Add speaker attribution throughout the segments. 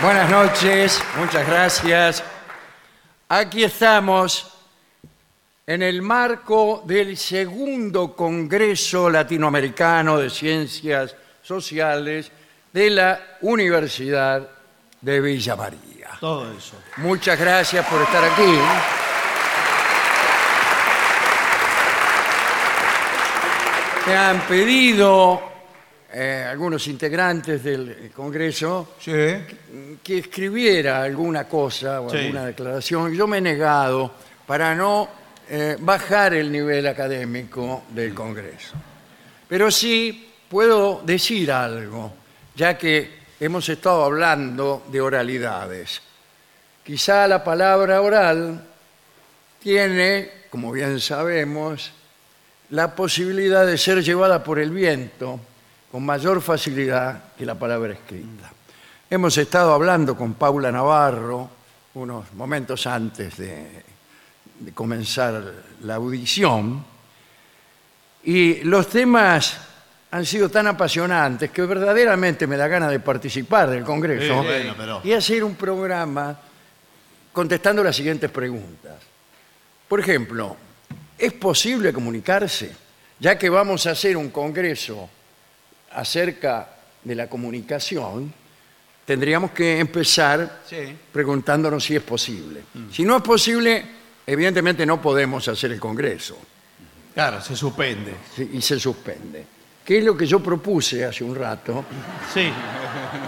Speaker 1: Buenas noches, muchas gracias. Aquí estamos en el marco del segundo Congreso Latinoamericano de Ciencias Sociales de la Universidad de Villa María.
Speaker 2: Todo eso.
Speaker 1: Muchas gracias por estar aquí. Me han pedido eh, algunos integrantes del Congreso
Speaker 2: Sí.
Speaker 1: que escribiera alguna cosa o
Speaker 2: Sí.
Speaker 1: alguna declaración. Yo me he negado para no eh, bajar el nivel académico del Congreso. Pero sí puedo decir algo, ya que hemos estado hablando de oralidades. Quizá la palabra oral tiene, como bien sabemos, la posibilidad de ser llevada por el viento con mayor facilidad que la palabra escrita. Hemos estado hablando con Paula Navarro unos momentos antes de, de comenzar la audición y los temas han sido tan apasionantes que verdaderamente me da ganas de participar del Congreso
Speaker 2: Sí, bueno, pero-
Speaker 1: y hacer un programa contestando las siguientes preguntas. Por ejemplo, ¿es posible comunicarse? Ya que vamos a hacer un congreso acerca de la comunicación, tendríamos que empezar
Speaker 2: Sí.
Speaker 1: preguntándonos si es posible. Si no es posible, evidentemente no podemos hacer el congreso
Speaker 2: Claro, se suspende.
Speaker 1: sí, y se suspende. ¿Qué es lo que yo propuse hace un rato?
Speaker 2: Sí.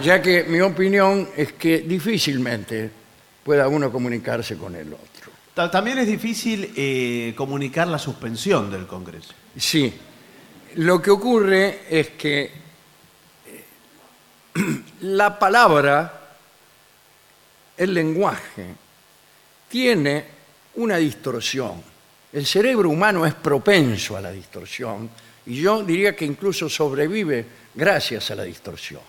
Speaker 1: ya que mi opinión es que difícilmente pueda uno comunicarse con el otro.
Speaker 2: Ta- También es difícil eh, comunicar la suspensión del Congreso.
Speaker 1: Sí. Lo que ocurre es que eh, la palabra, el lenguaje, tiene una distorsión. El cerebro humano es propenso a la distorsión y yo diría que incluso sobrevive gracias a la distorsión.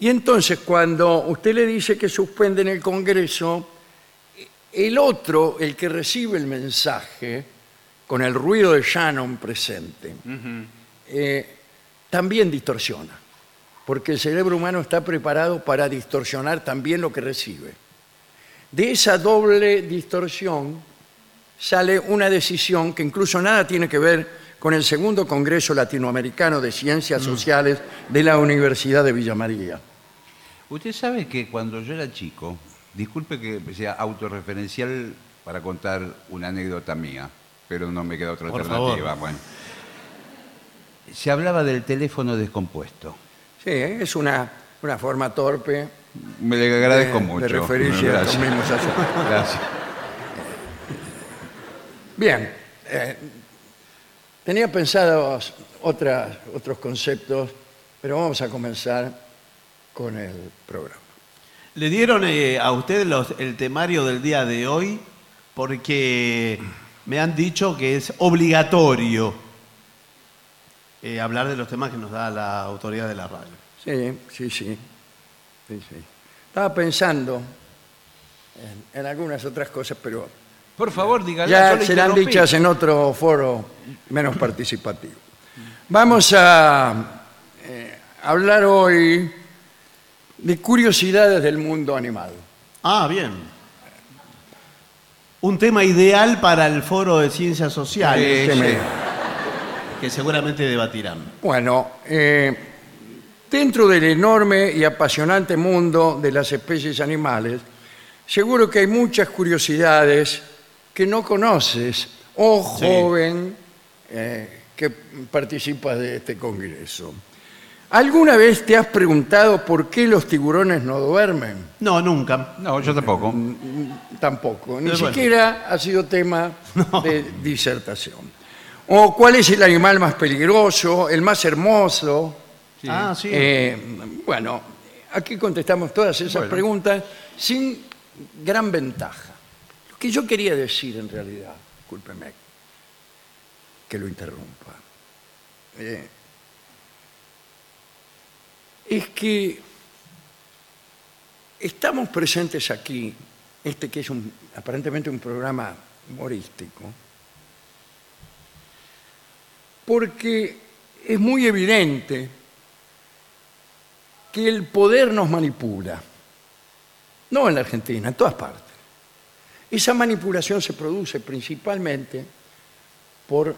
Speaker 1: Y entonces cuando usted le dice que suspenden el Congreso, el otro, el que recibe el mensaje, con el ruido de Shannon presente, eh, también distorsiona, porque el cerebro humano está preparado para distorsionar también lo que recibe. De esa doble distorsión sale una decisión que incluso nada tiene que ver con el segundo Congreso Latinoamericano de Ciencias Sociales de la Universidad de Villa María.
Speaker 3: Usted sabe que cuando yo era chico, disculpe que sea autorreferencial para contar una anécdota mía, pero no me queda otra
Speaker 2: Por
Speaker 3: alternativa.
Speaker 2: favor.
Speaker 3: Bueno. Se hablaba del teléfono descompuesto.
Speaker 1: Sí, ¿eh? es una, una forma torpe
Speaker 3: Me le agradezco
Speaker 1: de-
Speaker 3: mucho.
Speaker 1: de referirse a los
Speaker 3: Gracias.
Speaker 1: mismos asuntos.
Speaker 3: Gracias.
Speaker 1: Bien, eh, tenía pensados otras, otros conceptos, pero vamos a comenzar con el programa.
Speaker 2: Le dieron eh, a usted los- el temario del día de hoy porque me han dicho que es obligatorio eh, hablar de los temas que nos da la autoridad de la radio.
Speaker 1: Sí, sí, sí. sí, sí. Estaba pensando en, en algunas otras cosas, pero
Speaker 3: Por favor, dígale. yo
Speaker 1: ya
Speaker 3: le
Speaker 1: serán
Speaker 3: interrumpí.
Speaker 1: dichas en otro foro menos participativo. Vamos a eh, hablar hoy de curiosidades del mundo animal.
Speaker 2: Ah, bien. Un tema ideal para el foro de ciencias sociales,
Speaker 1: Usted me dijo.
Speaker 2: que seguramente debatirán.
Speaker 1: Bueno, eh, dentro del enorme y apasionante mundo de las especies animales, seguro que hay muchas curiosidades que no conoces, oh
Speaker 2: Sí.
Speaker 1: joven eh, que participas de este congreso. ¿Alguna vez te has preguntado por qué los tiburones no duermen?
Speaker 2: No, nunca.
Speaker 3: No, yo tampoco.
Speaker 1: Mm. Tampoco, ni
Speaker 2: Eh, bueno.
Speaker 1: siquiera ha sido tema de disertación. ¿O cuál es el animal más peligroso, el más hermoso?
Speaker 2: Ah, sí.
Speaker 1: Eh, bueno, aquí contestamos todas esas
Speaker 3: Bueno.
Speaker 1: preguntas sin gran ventaja. Lo que yo quería decir en realidad, discúlpeme que lo interrumpa, eh, es que estamos presentes aquí, este que es un- aparentemente un programa humorístico, porque es muy evidente que el poder nos manipula. No en la Argentina, en todas partes. Esa manipulación se produce principalmente por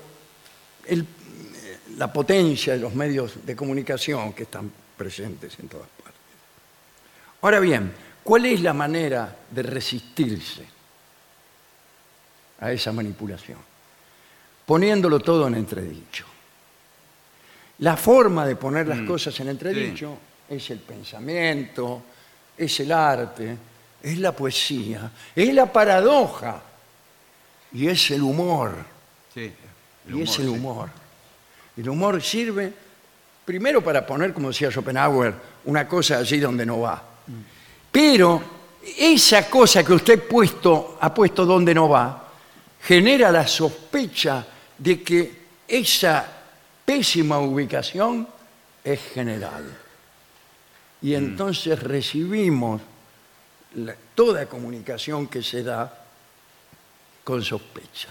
Speaker 1: el- eh, la potencia de los medios de comunicación que están presentes en todas partes. Ahora bien, ¿cuál es la manera de resistirse a esa manipulación? Poniéndolo todo en entredicho. La forma de poner las cosas en entredicho es el pensamiento, es el arte, es la poesía, es la paradoja y es el humor
Speaker 3: Sí, el
Speaker 1: y es el
Speaker 3: sí.
Speaker 1: humor. El humor sirve primero para poner, como decía Schopenhauer, una cosa allí donde no va. Pero esa cosa que usted puesto, ha puesto donde no va genera la sospecha de que esa pésima ubicación es general.
Speaker 3: Mm.
Speaker 1: Y entonces recibimos la- toda comunicación que se da con sospecha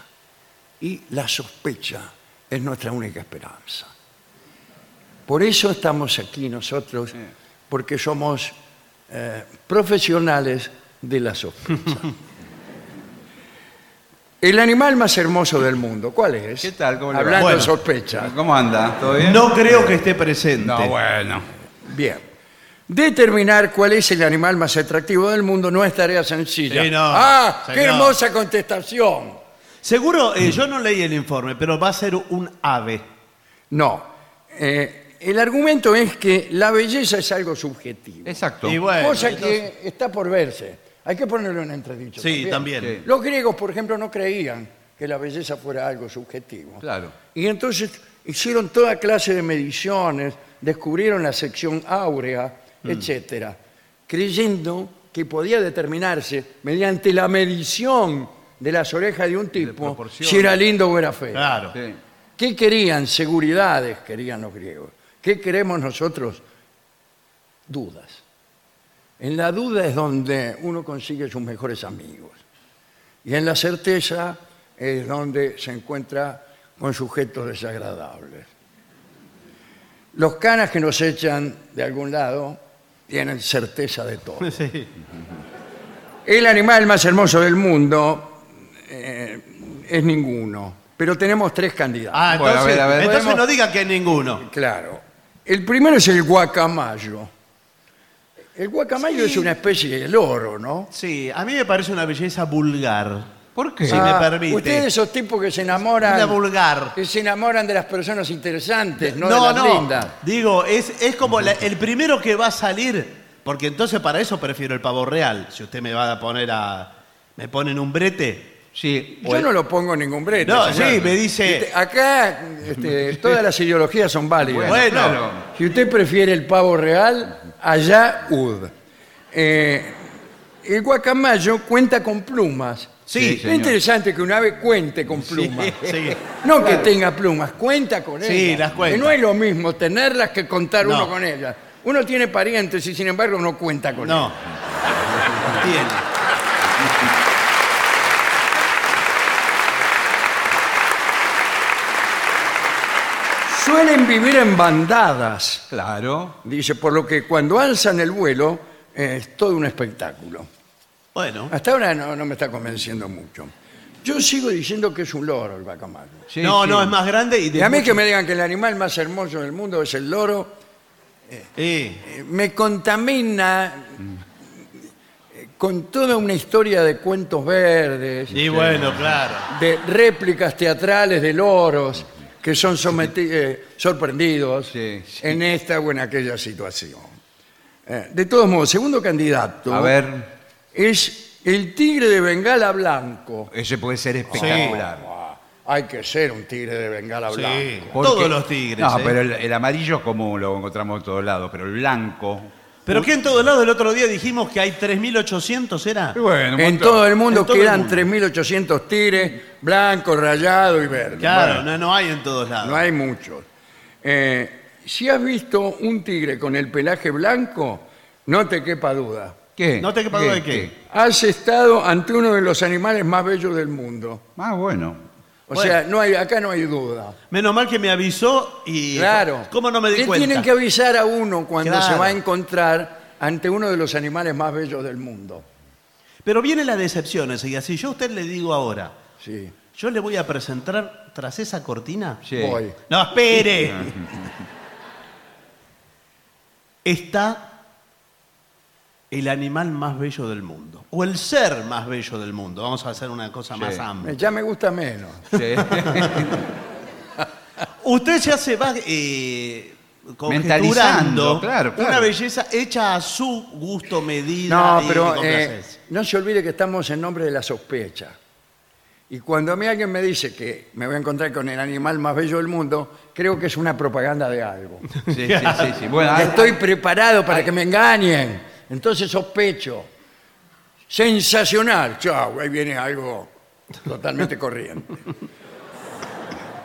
Speaker 1: y la sospecha es nuestra única esperanza. Por eso estamos aquí nosotros, porque somos eh, profesionales de la sospecha. El animal más hermoso del mundo, ¿cuál es?
Speaker 3: ¿Qué tal? ¿Cómo le va?
Speaker 1: Hablando
Speaker 2: Bueno.
Speaker 1: de sospecha.
Speaker 3: ¿Cómo anda? ¿Todo bien?
Speaker 2: No creo que esté presente.
Speaker 3: ¿Eh? No, bueno.
Speaker 1: Bien. Determinar cuál es el animal más atractivo del mundo no es tarea sencilla.
Speaker 2: Sí, no,
Speaker 1: ah, qué
Speaker 2: señor.
Speaker 1: hermosa contestación.
Speaker 2: Seguro, eh, yo no leí el informe, pero va a ser un ave.
Speaker 1: No. Eh, el argumento es que la belleza es algo subjetivo.
Speaker 3: Exacto.
Speaker 2: Y bueno,
Speaker 1: cosa
Speaker 2: entonces-
Speaker 1: que está por verse. Hay que ponerlo en entredicho.
Speaker 2: Sí, también.
Speaker 1: Los griegos, por ejemplo, no creían que la belleza fuera algo subjetivo.
Speaker 3: Claro.
Speaker 1: Y entonces hicieron toda clase de mediciones, descubrieron la sección áurea, etcétera, creyendo que podía determinarse mediante la medición de las orejas de un tipo
Speaker 3: proporción.
Speaker 1: si era lindo o era feo.
Speaker 2: Claro.
Speaker 3: Sí.
Speaker 1: ¿Qué querían? Seguridades querían los griegos. ¿Qué queremos nosotros? Dudas. En la duda es donde uno consigue sus mejores amigos. Y en la certeza es donde se encuentra con sujetos desagradables. Los canas que nos echan de algún lado tienen certeza de todo.
Speaker 2: Sí.
Speaker 1: El animal más hermoso del mundo eh, es ninguno, pero tenemos tres candidatos.
Speaker 2: Ah,
Speaker 3: Bueno,
Speaker 2: entonces,
Speaker 3: a ver, a ver.
Speaker 2: entonces
Speaker 1: Podemos-
Speaker 2: no diga que ninguno.
Speaker 1: Claro. El primero es el guacamayo. El guacamayo es una especie de loro, ¿no?
Speaker 2: Sí, a mí me parece una belleza vulgar.
Speaker 3: ¿Por qué?
Speaker 2: Sí. me permite.
Speaker 1: Ah, Ustedes esos tipos que se enamoran.
Speaker 2: Una vulgar.
Speaker 1: Que se enamoran de las personas interesantes, no,
Speaker 2: no,
Speaker 1: de las lindas.
Speaker 2: Digo, es, es como la- el primero que va a salir. Porque entonces para eso prefiero el pavo real. Si usted me va a poner a. Me ponen un brete.
Speaker 3: Sí.
Speaker 1: Yo no lo pongo en ningún brete.
Speaker 2: No,
Speaker 1: señor.
Speaker 2: sí, me dice-
Speaker 1: Este, acá este, todas las ideologías son válidas.
Speaker 2: Bueno,
Speaker 3: claro.
Speaker 1: Si usted prefiere el pavo real, allá UD. Eh, el guacamayo cuenta con plumas.
Speaker 2: Sí,
Speaker 1: es interesante que un ave cuente con plumas.
Speaker 2: Sí.
Speaker 1: No que tenga plumas, cuenta con ellas.
Speaker 2: Sí, las cuenta.
Speaker 1: Que no es lo mismo tenerlas que contar uno
Speaker 2: No.
Speaker 1: con ellas. Uno tiene parientes y sin embargo no cuenta con ellas.
Speaker 2: No. Tiene.
Speaker 1: Suelen vivir en bandadas.
Speaker 3: Claro.
Speaker 1: Dice, por lo que cuando alzan el vuelo eh, es todo un espectáculo.
Speaker 2: Bueno.
Speaker 1: Hasta ahora no, no me está convenciendo mucho. Yo sigo diciendo que es un loro el guacamayo.
Speaker 3: Sí,
Speaker 2: no,
Speaker 3: sí.
Speaker 2: no, es más grande y de
Speaker 1: Y a mí
Speaker 2: mucho-
Speaker 1: que me digan que el animal más hermoso del mundo es el loro,
Speaker 2: Sí.
Speaker 1: eh, me contamina
Speaker 2: Mm.
Speaker 1: eh, con toda una historia de cuentos verdes,
Speaker 2: Y bueno, claro.
Speaker 1: de réplicas teatrales de loros que son someti- eh, sorprendidos
Speaker 3: Sí, sí.
Speaker 1: en esta o en aquella situación. Eh, de todos modos, segundo candidato.
Speaker 3: A ver,
Speaker 1: es el tigre de Bengala blanco.
Speaker 3: ese puede ser espectacular.
Speaker 1: hay que ser un tigre de bengala
Speaker 2: Sí.
Speaker 1: blanco.
Speaker 2: Todos los tigres,
Speaker 3: No,
Speaker 2: ¿eh?
Speaker 3: pero el, el amarillo es como lo encontramos en todos lados, pero el blanco.
Speaker 2: Pero que en todos lados el otro día dijimos que hay 3.800, ¿era?
Speaker 3: Y bueno, un
Speaker 1: en
Speaker 3: montón.
Speaker 1: todo el mundo
Speaker 2: En todo el
Speaker 1: quedan
Speaker 2: mundo.
Speaker 1: 3.800 tigres, blancos, rayados y verdes.
Speaker 2: Claro, no, no hay en todos lados.
Speaker 1: No hay muchos. Eh, si has visto un tigre con el pelaje blanco, no te quepa duda.
Speaker 3: ¿Qué?
Speaker 2: No te quepa duda de qué.
Speaker 1: Has estado ante uno de los animales más bellos del mundo.
Speaker 3: Ah, bueno.
Speaker 1: O
Speaker 2: Bueno.
Speaker 1: sea, no hay, acá no hay duda.
Speaker 2: Menos mal que me avisó y...
Speaker 1: Claro.
Speaker 2: ¿Cómo no me di
Speaker 1: Le
Speaker 2: cuenta?
Speaker 1: tienen que avisar a uno cuando se
Speaker 2: Claro.
Speaker 1: va a encontrar ante uno de los animales más bellos del mundo.
Speaker 2: Pero viene la decepción enseguida. Si yo a usted le digo ahora,
Speaker 1: Sí.
Speaker 2: yo le voy a presentar tras esa cortina...
Speaker 3: Sí.
Speaker 1: Voy.
Speaker 2: No, espere. Está el animal más bello del mundo. O el ser más bello del mundo. Vamos a hacer una cosa más amplia.
Speaker 1: Ya me gusta menos.
Speaker 3: Sí.
Speaker 2: Usted ya se va eh,
Speaker 3: Mentalizando,
Speaker 2: conjeturando
Speaker 3: claro, claro.
Speaker 2: una belleza hecha a su gusto, medida
Speaker 1: No,
Speaker 2: y
Speaker 1: pero eh,
Speaker 2: complacencia.
Speaker 1: no se olvide que estamos en nombre de la sospecha. Y cuando a mí alguien me dice que me voy a encontrar con el animal más bello del mundo, creo que es una propaganda de algo.
Speaker 3: Sí, sí, sí, sí. Bueno, hay-
Speaker 1: Estoy preparado para que me engañen. Entonces sospecho. Sensacional. Chau, ahí viene algo totalmente corriente.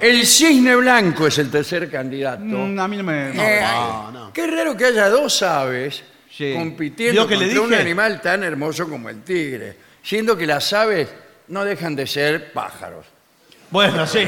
Speaker 1: El cisne blanco es el tercer candidato.
Speaker 3: Mm, a mí no me. no.
Speaker 1: Eh,
Speaker 2: no, no.
Speaker 1: Qué raro que haya dos aves
Speaker 3: Sí.
Speaker 1: compitiendo
Speaker 2: ¿Vio que le
Speaker 1: contra un
Speaker 2: dije?
Speaker 1: animal tan hermoso como el tigre, siendo que las aves no dejan de ser pájaros.
Speaker 2: Bueno, sí.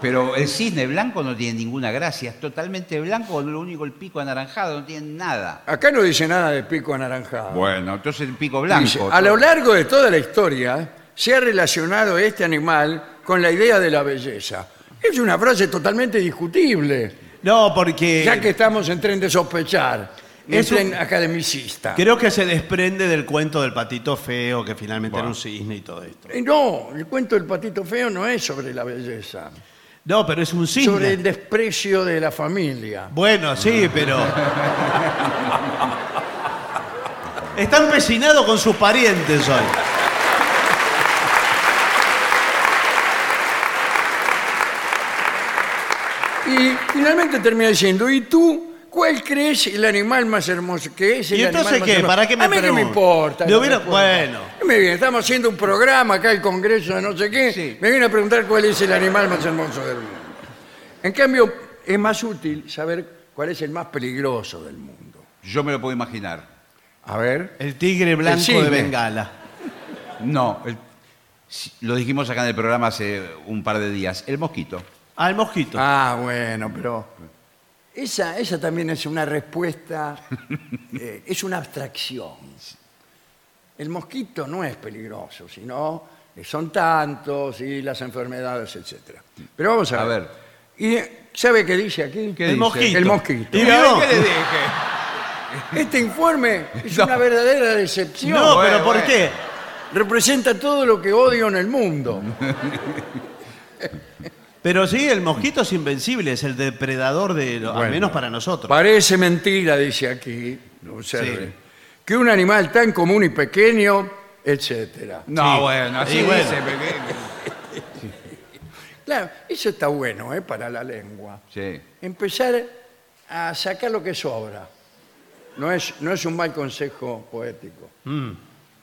Speaker 3: Pero el cisne blanco no tiene ninguna gracia, es totalmente blanco, lo único el pico anaranjado, no tiene nada.
Speaker 1: Acá no dice nada de pico anaranjado.
Speaker 3: Bueno, entonces el pico blanco.
Speaker 1: Dice, a lo largo de toda la historia se ha relacionado este animal con la idea de la belleza. Es una frase totalmente discutible,
Speaker 2: No, porque
Speaker 1: ya que estamos en tren de sospechar, en
Speaker 2: Es un-
Speaker 1: tren academicista.
Speaker 2: creo que se desprende del cuento del patito feo, que finalmente era
Speaker 3: Bueno.
Speaker 2: un cisne y todo esto.
Speaker 1: Eh, No, el cuento del patito feo no es sobre la belleza.
Speaker 2: No, pero es un cisne.
Speaker 1: sobre el desprecio de la familia.
Speaker 2: Bueno, sí, pero. Está empecinado con sus parientes hoy.
Speaker 1: Y finalmente termina diciendo, ¿y tú cuál crees el animal más hermoso que es? el
Speaker 2: ¿Y entonces
Speaker 1: animal más
Speaker 2: qué?
Speaker 1: hermoso?
Speaker 2: ¿Para qué me
Speaker 1: A mí qué me
Speaker 2: pregunta?
Speaker 1: importa.
Speaker 2: Le
Speaker 1: no
Speaker 2: hubiera-
Speaker 1: me importa.
Speaker 2: bueno.
Speaker 1: ¿Qué me viene? Estamos haciendo un programa acá, el Congreso de no sé qué.
Speaker 3: Sí.
Speaker 1: Me viene a preguntar cuál es el animal más hermoso del mundo. En cambio, es más útil saber cuál es el más peligroso del mundo.
Speaker 3: Yo me lo puedo imaginar.
Speaker 1: A ver.
Speaker 2: El tigre blanco
Speaker 1: cisne.
Speaker 2: de Bengala.
Speaker 3: No, el- si- lo dijimos acá en el programa hace un par de días, el mosquito.
Speaker 2: Ah, el mosquito.
Speaker 1: Ah, bueno, pero esa, esa también es una respuesta, eh, es una abstracción. El mosquito no es peligroso, sino que son tantos y las enfermedades, etcétera. Pero vamos a,
Speaker 3: A
Speaker 1: ver.
Speaker 3: ver.
Speaker 1: ¿Y sabe qué dice aquí?
Speaker 3: ¿Qué
Speaker 2: el
Speaker 3: dice?
Speaker 2: mosquito.
Speaker 1: El mosquito.
Speaker 2: ¿Y
Speaker 3: Mirá
Speaker 2: vio?
Speaker 3: que le dije.
Speaker 1: Este informe es una verdadera decepción.
Speaker 2: No, pero
Speaker 3: Bueno,
Speaker 2: ¿por
Speaker 3: bueno.
Speaker 2: qué?
Speaker 1: Representa todo lo que odio en el mundo.
Speaker 2: Pero sí, el mosquito es invencible, es el depredador de lo- al
Speaker 1: Bueno.
Speaker 2: menos para nosotros.
Speaker 1: Parece mentira, dice aquí, observe,
Speaker 2: Sí.
Speaker 1: que un animal tan común y pequeño, etcétera.
Speaker 3: No,
Speaker 2: Sí.
Speaker 3: bueno, así
Speaker 2: Y bueno.
Speaker 3: dice, porque-
Speaker 1: Claro, eso está bueno ¿eh? para la lengua.
Speaker 3: Sí.
Speaker 1: Empezar a sacar lo que sobra. No es, no es un mal consejo poético.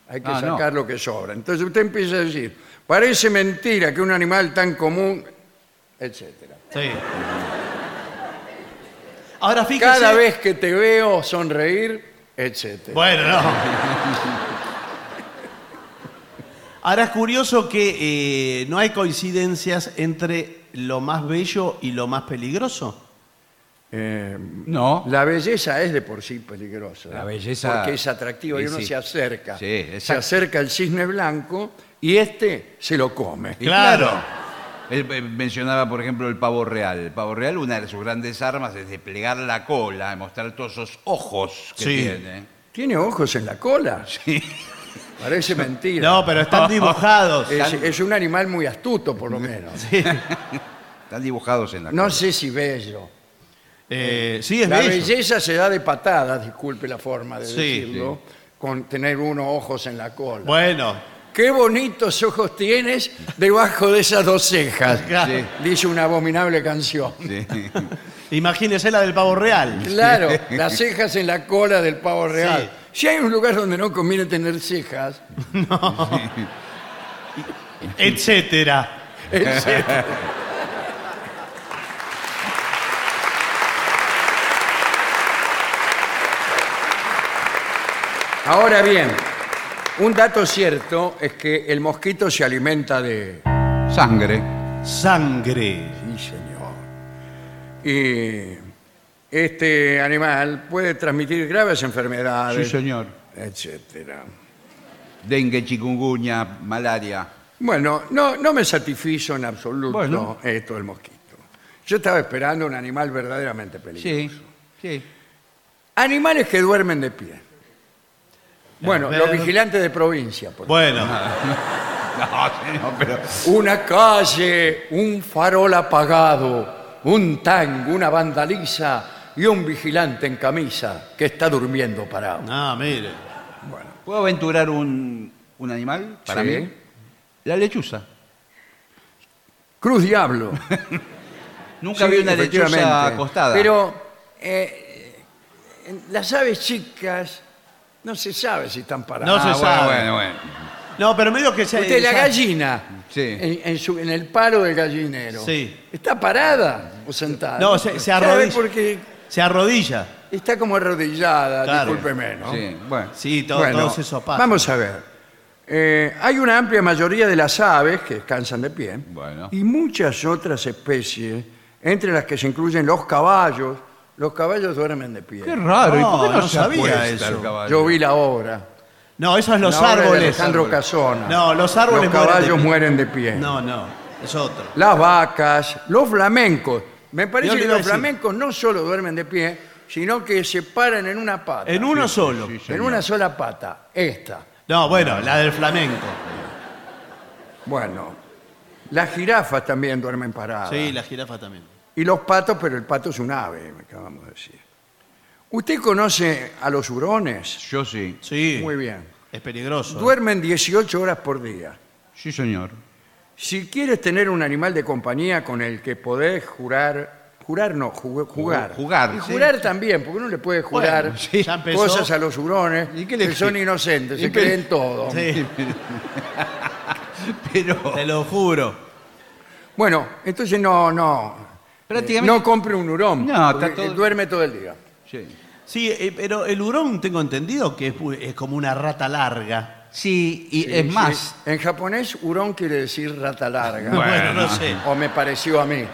Speaker 1: Hay que
Speaker 3: Ah, no.
Speaker 1: sacar lo que sobra. Entonces usted empieza a decir, parece mentira que un animal tan común, etcétera.
Speaker 2: Sí. Ahora fíjese.
Speaker 1: Cada vez que te veo sonreír, etcétera.
Speaker 2: Bueno, no. Ahora es curioso que eh, no hay coincidencias entre lo más bello y lo más peligroso.
Speaker 1: Eh,
Speaker 3: No.
Speaker 1: La belleza es de por sí peligrosa.
Speaker 3: La belleza-
Speaker 1: Porque es atractiva y
Speaker 3: Sí,
Speaker 1: uno
Speaker 3: sí.
Speaker 1: se acerca.
Speaker 3: Sí,
Speaker 1: se
Speaker 3: exacto.
Speaker 1: acerca al cisne blanco y este se lo come.
Speaker 3: Y
Speaker 2: Claro.
Speaker 3: Él eh, mencionaba, por ejemplo, el pavo real. El pavo real, una de sus grandes armas es desplegar la cola, mostrar todos esos ojos que
Speaker 2: Sí.
Speaker 3: tiene.
Speaker 1: ¿Tiene ojos en la cola? Parece mentira.
Speaker 2: No, pero están dibujados.
Speaker 1: es, es un animal muy astuto, por lo menos.
Speaker 3: Están dibujados en la
Speaker 1: No
Speaker 3: cola.
Speaker 1: sé si bello.
Speaker 2: Eh, sí, es
Speaker 1: La
Speaker 2: bello.
Speaker 1: belleza se da de patadas, disculpe la forma de
Speaker 2: Sí,
Speaker 1: decirlo, con tener uno ojos en la cola.
Speaker 2: Bueno,
Speaker 1: qué bonitos ojos tienes debajo de esas dos cejas.
Speaker 2: Claro.
Speaker 1: Dice una abominable canción.
Speaker 3: Sí.
Speaker 2: Imagínese la del pavo real.
Speaker 1: Claro, las cejas en la cola del pavo real. Si hay un lugar donde no conviene tener cejas,
Speaker 2: Etcétera.
Speaker 1: Ahora bien, un dato cierto es que el mosquito se alimenta de...
Speaker 3: Sangre.
Speaker 2: Sangre.
Speaker 1: Sí, señor. Y este animal puede transmitir graves
Speaker 3: Sí,
Speaker 1: enfermedades,
Speaker 3: señor.
Speaker 1: etcétera.
Speaker 3: Dengue, chikungunya, malaria.
Speaker 1: Bueno, no, no me satisfizo en absoluto
Speaker 3: Bueno.
Speaker 1: esto del mosquito. Yo estaba esperando un animal verdaderamente peligroso.
Speaker 3: Sí, sí.
Speaker 1: Animales que duermen de pie. Bueno, los
Speaker 2: ver-
Speaker 1: vigilantes de provincia. Por
Speaker 2: Bueno,
Speaker 3: No, señor, pero...
Speaker 1: Una calle, un farol apagado, un tango, una vandaliza y un vigilante en camisa que está durmiendo parado.
Speaker 2: no, mire.
Speaker 3: ¿Puedo aventurar un, un animal Ah, para
Speaker 1: Sí.
Speaker 3: mí? La lechuza.
Speaker 1: Cruz Diablo.
Speaker 3: Nunca vi
Speaker 1: Sí,
Speaker 3: una
Speaker 1: efectivamente.
Speaker 3: lechuza acostada.
Speaker 1: Pero eh, las aves chicas no se sabe si están paradas.
Speaker 2: No se
Speaker 3: Ah, bueno,
Speaker 2: sabe.
Speaker 3: bueno, bueno.
Speaker 2: No, pero medio que se.
Speaker 1: Usted, la
Speaker 2: esa-
Speaker 1: gallina,
Speaker 3: Sí.
Speaker 1: en, en su- en el palo del gallinero,
Speaker 2: Sí.
Speaker 1: ¿está parada o sentada?
Speaker 2: No, se- se
Speaker 1: ¿Sabe?
Speaker 2: arrodilla.
Speaker 1: Porque
Speaker 2: Se arrodilla.
Speaker 1: está como arrodillada,
Speaker 2: Claro.
Speaker 1: discúlpeme, ¿no?
Speaker 3: Sí, bueno.
Speaker 2: Sí, to-
Speaker 1: Bueno,
Speaker 2: todos esos pasos.
Speaker 1: Vamos a ver. Eh, hay una amplia mayoría de las aves que descansan de pie
Speaker 3: Bueno.
Speaker 1: y muchas otras especies, entre las que se incluyen los caballos. Los caballos duermen de pie.
Speaker 3: Qué raro. ¿Y por qué
Speaker 2: No,
Speaker 3: no,
Speaker 2: no
Speaker 3: se
Speaker 2: sabía
Speaker 3: acuesta
Speaker 2: eso.
Speaker 3: el caballo?
Speaker 1: Yo vi la obra.
Speaker 2: No, eso es los
Speaker 1: la obra de
Speaker 2: árboles.
Speaker 1: Alejandro Casona.
Speaker 2: No, los árboles
Speaker 1: Los
Speaker 2: mueren de
Speaker 1: caballos
Speaker 2: pie.
Speaker 1: mueren de pie.
Speaker 2: No, no, es otro.
Speaker 1: Las vacas, los flamencos. Me
Speaker 2: Yo
Speaker 1: parece
Speaker 2: le
Speaker 1: que
Speaker 2: iba a
Speaker 1: los
Speaker 2: decir.
Speaker 1: flamencos no solo duermen de pie, sino que se paran en una pata.
Speaker 2: En uno solo.
Speaker 3: sí, sí.
Speaker 1: en
Speaker 3: señor.
Speaker 1: una sola pata. Esta.
Speaker 2: No, bueno, la del flamenco.
Speaker 1: Bueno, las jirafas también duermen paradas.
Speaker 2: Sí, la jirafa también.
Speaker 1: Y los patos, pero el pato es un ave, me acabamos de decir. ¿Usted conoce a los hurones?
Speaker 3: Yo sí.
Speaker 2: Sí.
Speaker 1: Muy bien.
Speaker 2: Es peligroso.
Speaker 1: Duermen 18 horas por día.
Speaker 3: Sí, señor.
Speaker 1: Si quieres tener un animal de compañía con el que podés jurar, jurar no, ju- jugar.
Speaker 3: jugar,
Speaker 1: Y
Speaker 3: sí.
Speaker 1: jurar también, porque uno le puede jurar
Speaker 2: Bueno, sí, ya empezó.
Speaker 1: cosas a los hurones
Speaker 3: ¿Y
Speaker 1: que
Speaker 3: qué le-
Speaker 1: son inocentes, se
Speaker 3: ¿Y qué-
Speaker 1: creen todo.
Speaker 2: Sí,
Speaker 3: Pero
Speaker 2: te lo juro.
Speaker 1: Bueno, entonces no, no.
Speaker 3: Prácticamente-
Speaker 1: eh, No compre un hurón.
Speaker 3: No, está
Speaker 1: porque
Speaker 3: todo-
Speaker 1: Duerme todo el día.
Speaker 3: sí.
Speaker 2: Sí, eh, pero el hurón tengo entendido que es, pu- es como una rata larga.
Speaker 3: Sí, y es
Speaker 1: Sí,
Speaker 3: más,
Speaker 1: En japonés, hurón quiere decir rata larga.
Speaker 2: Bueno,
Speaker 3: Bueno.
Speaker 2: no sé.
Speaker 1: O me pareció a mí.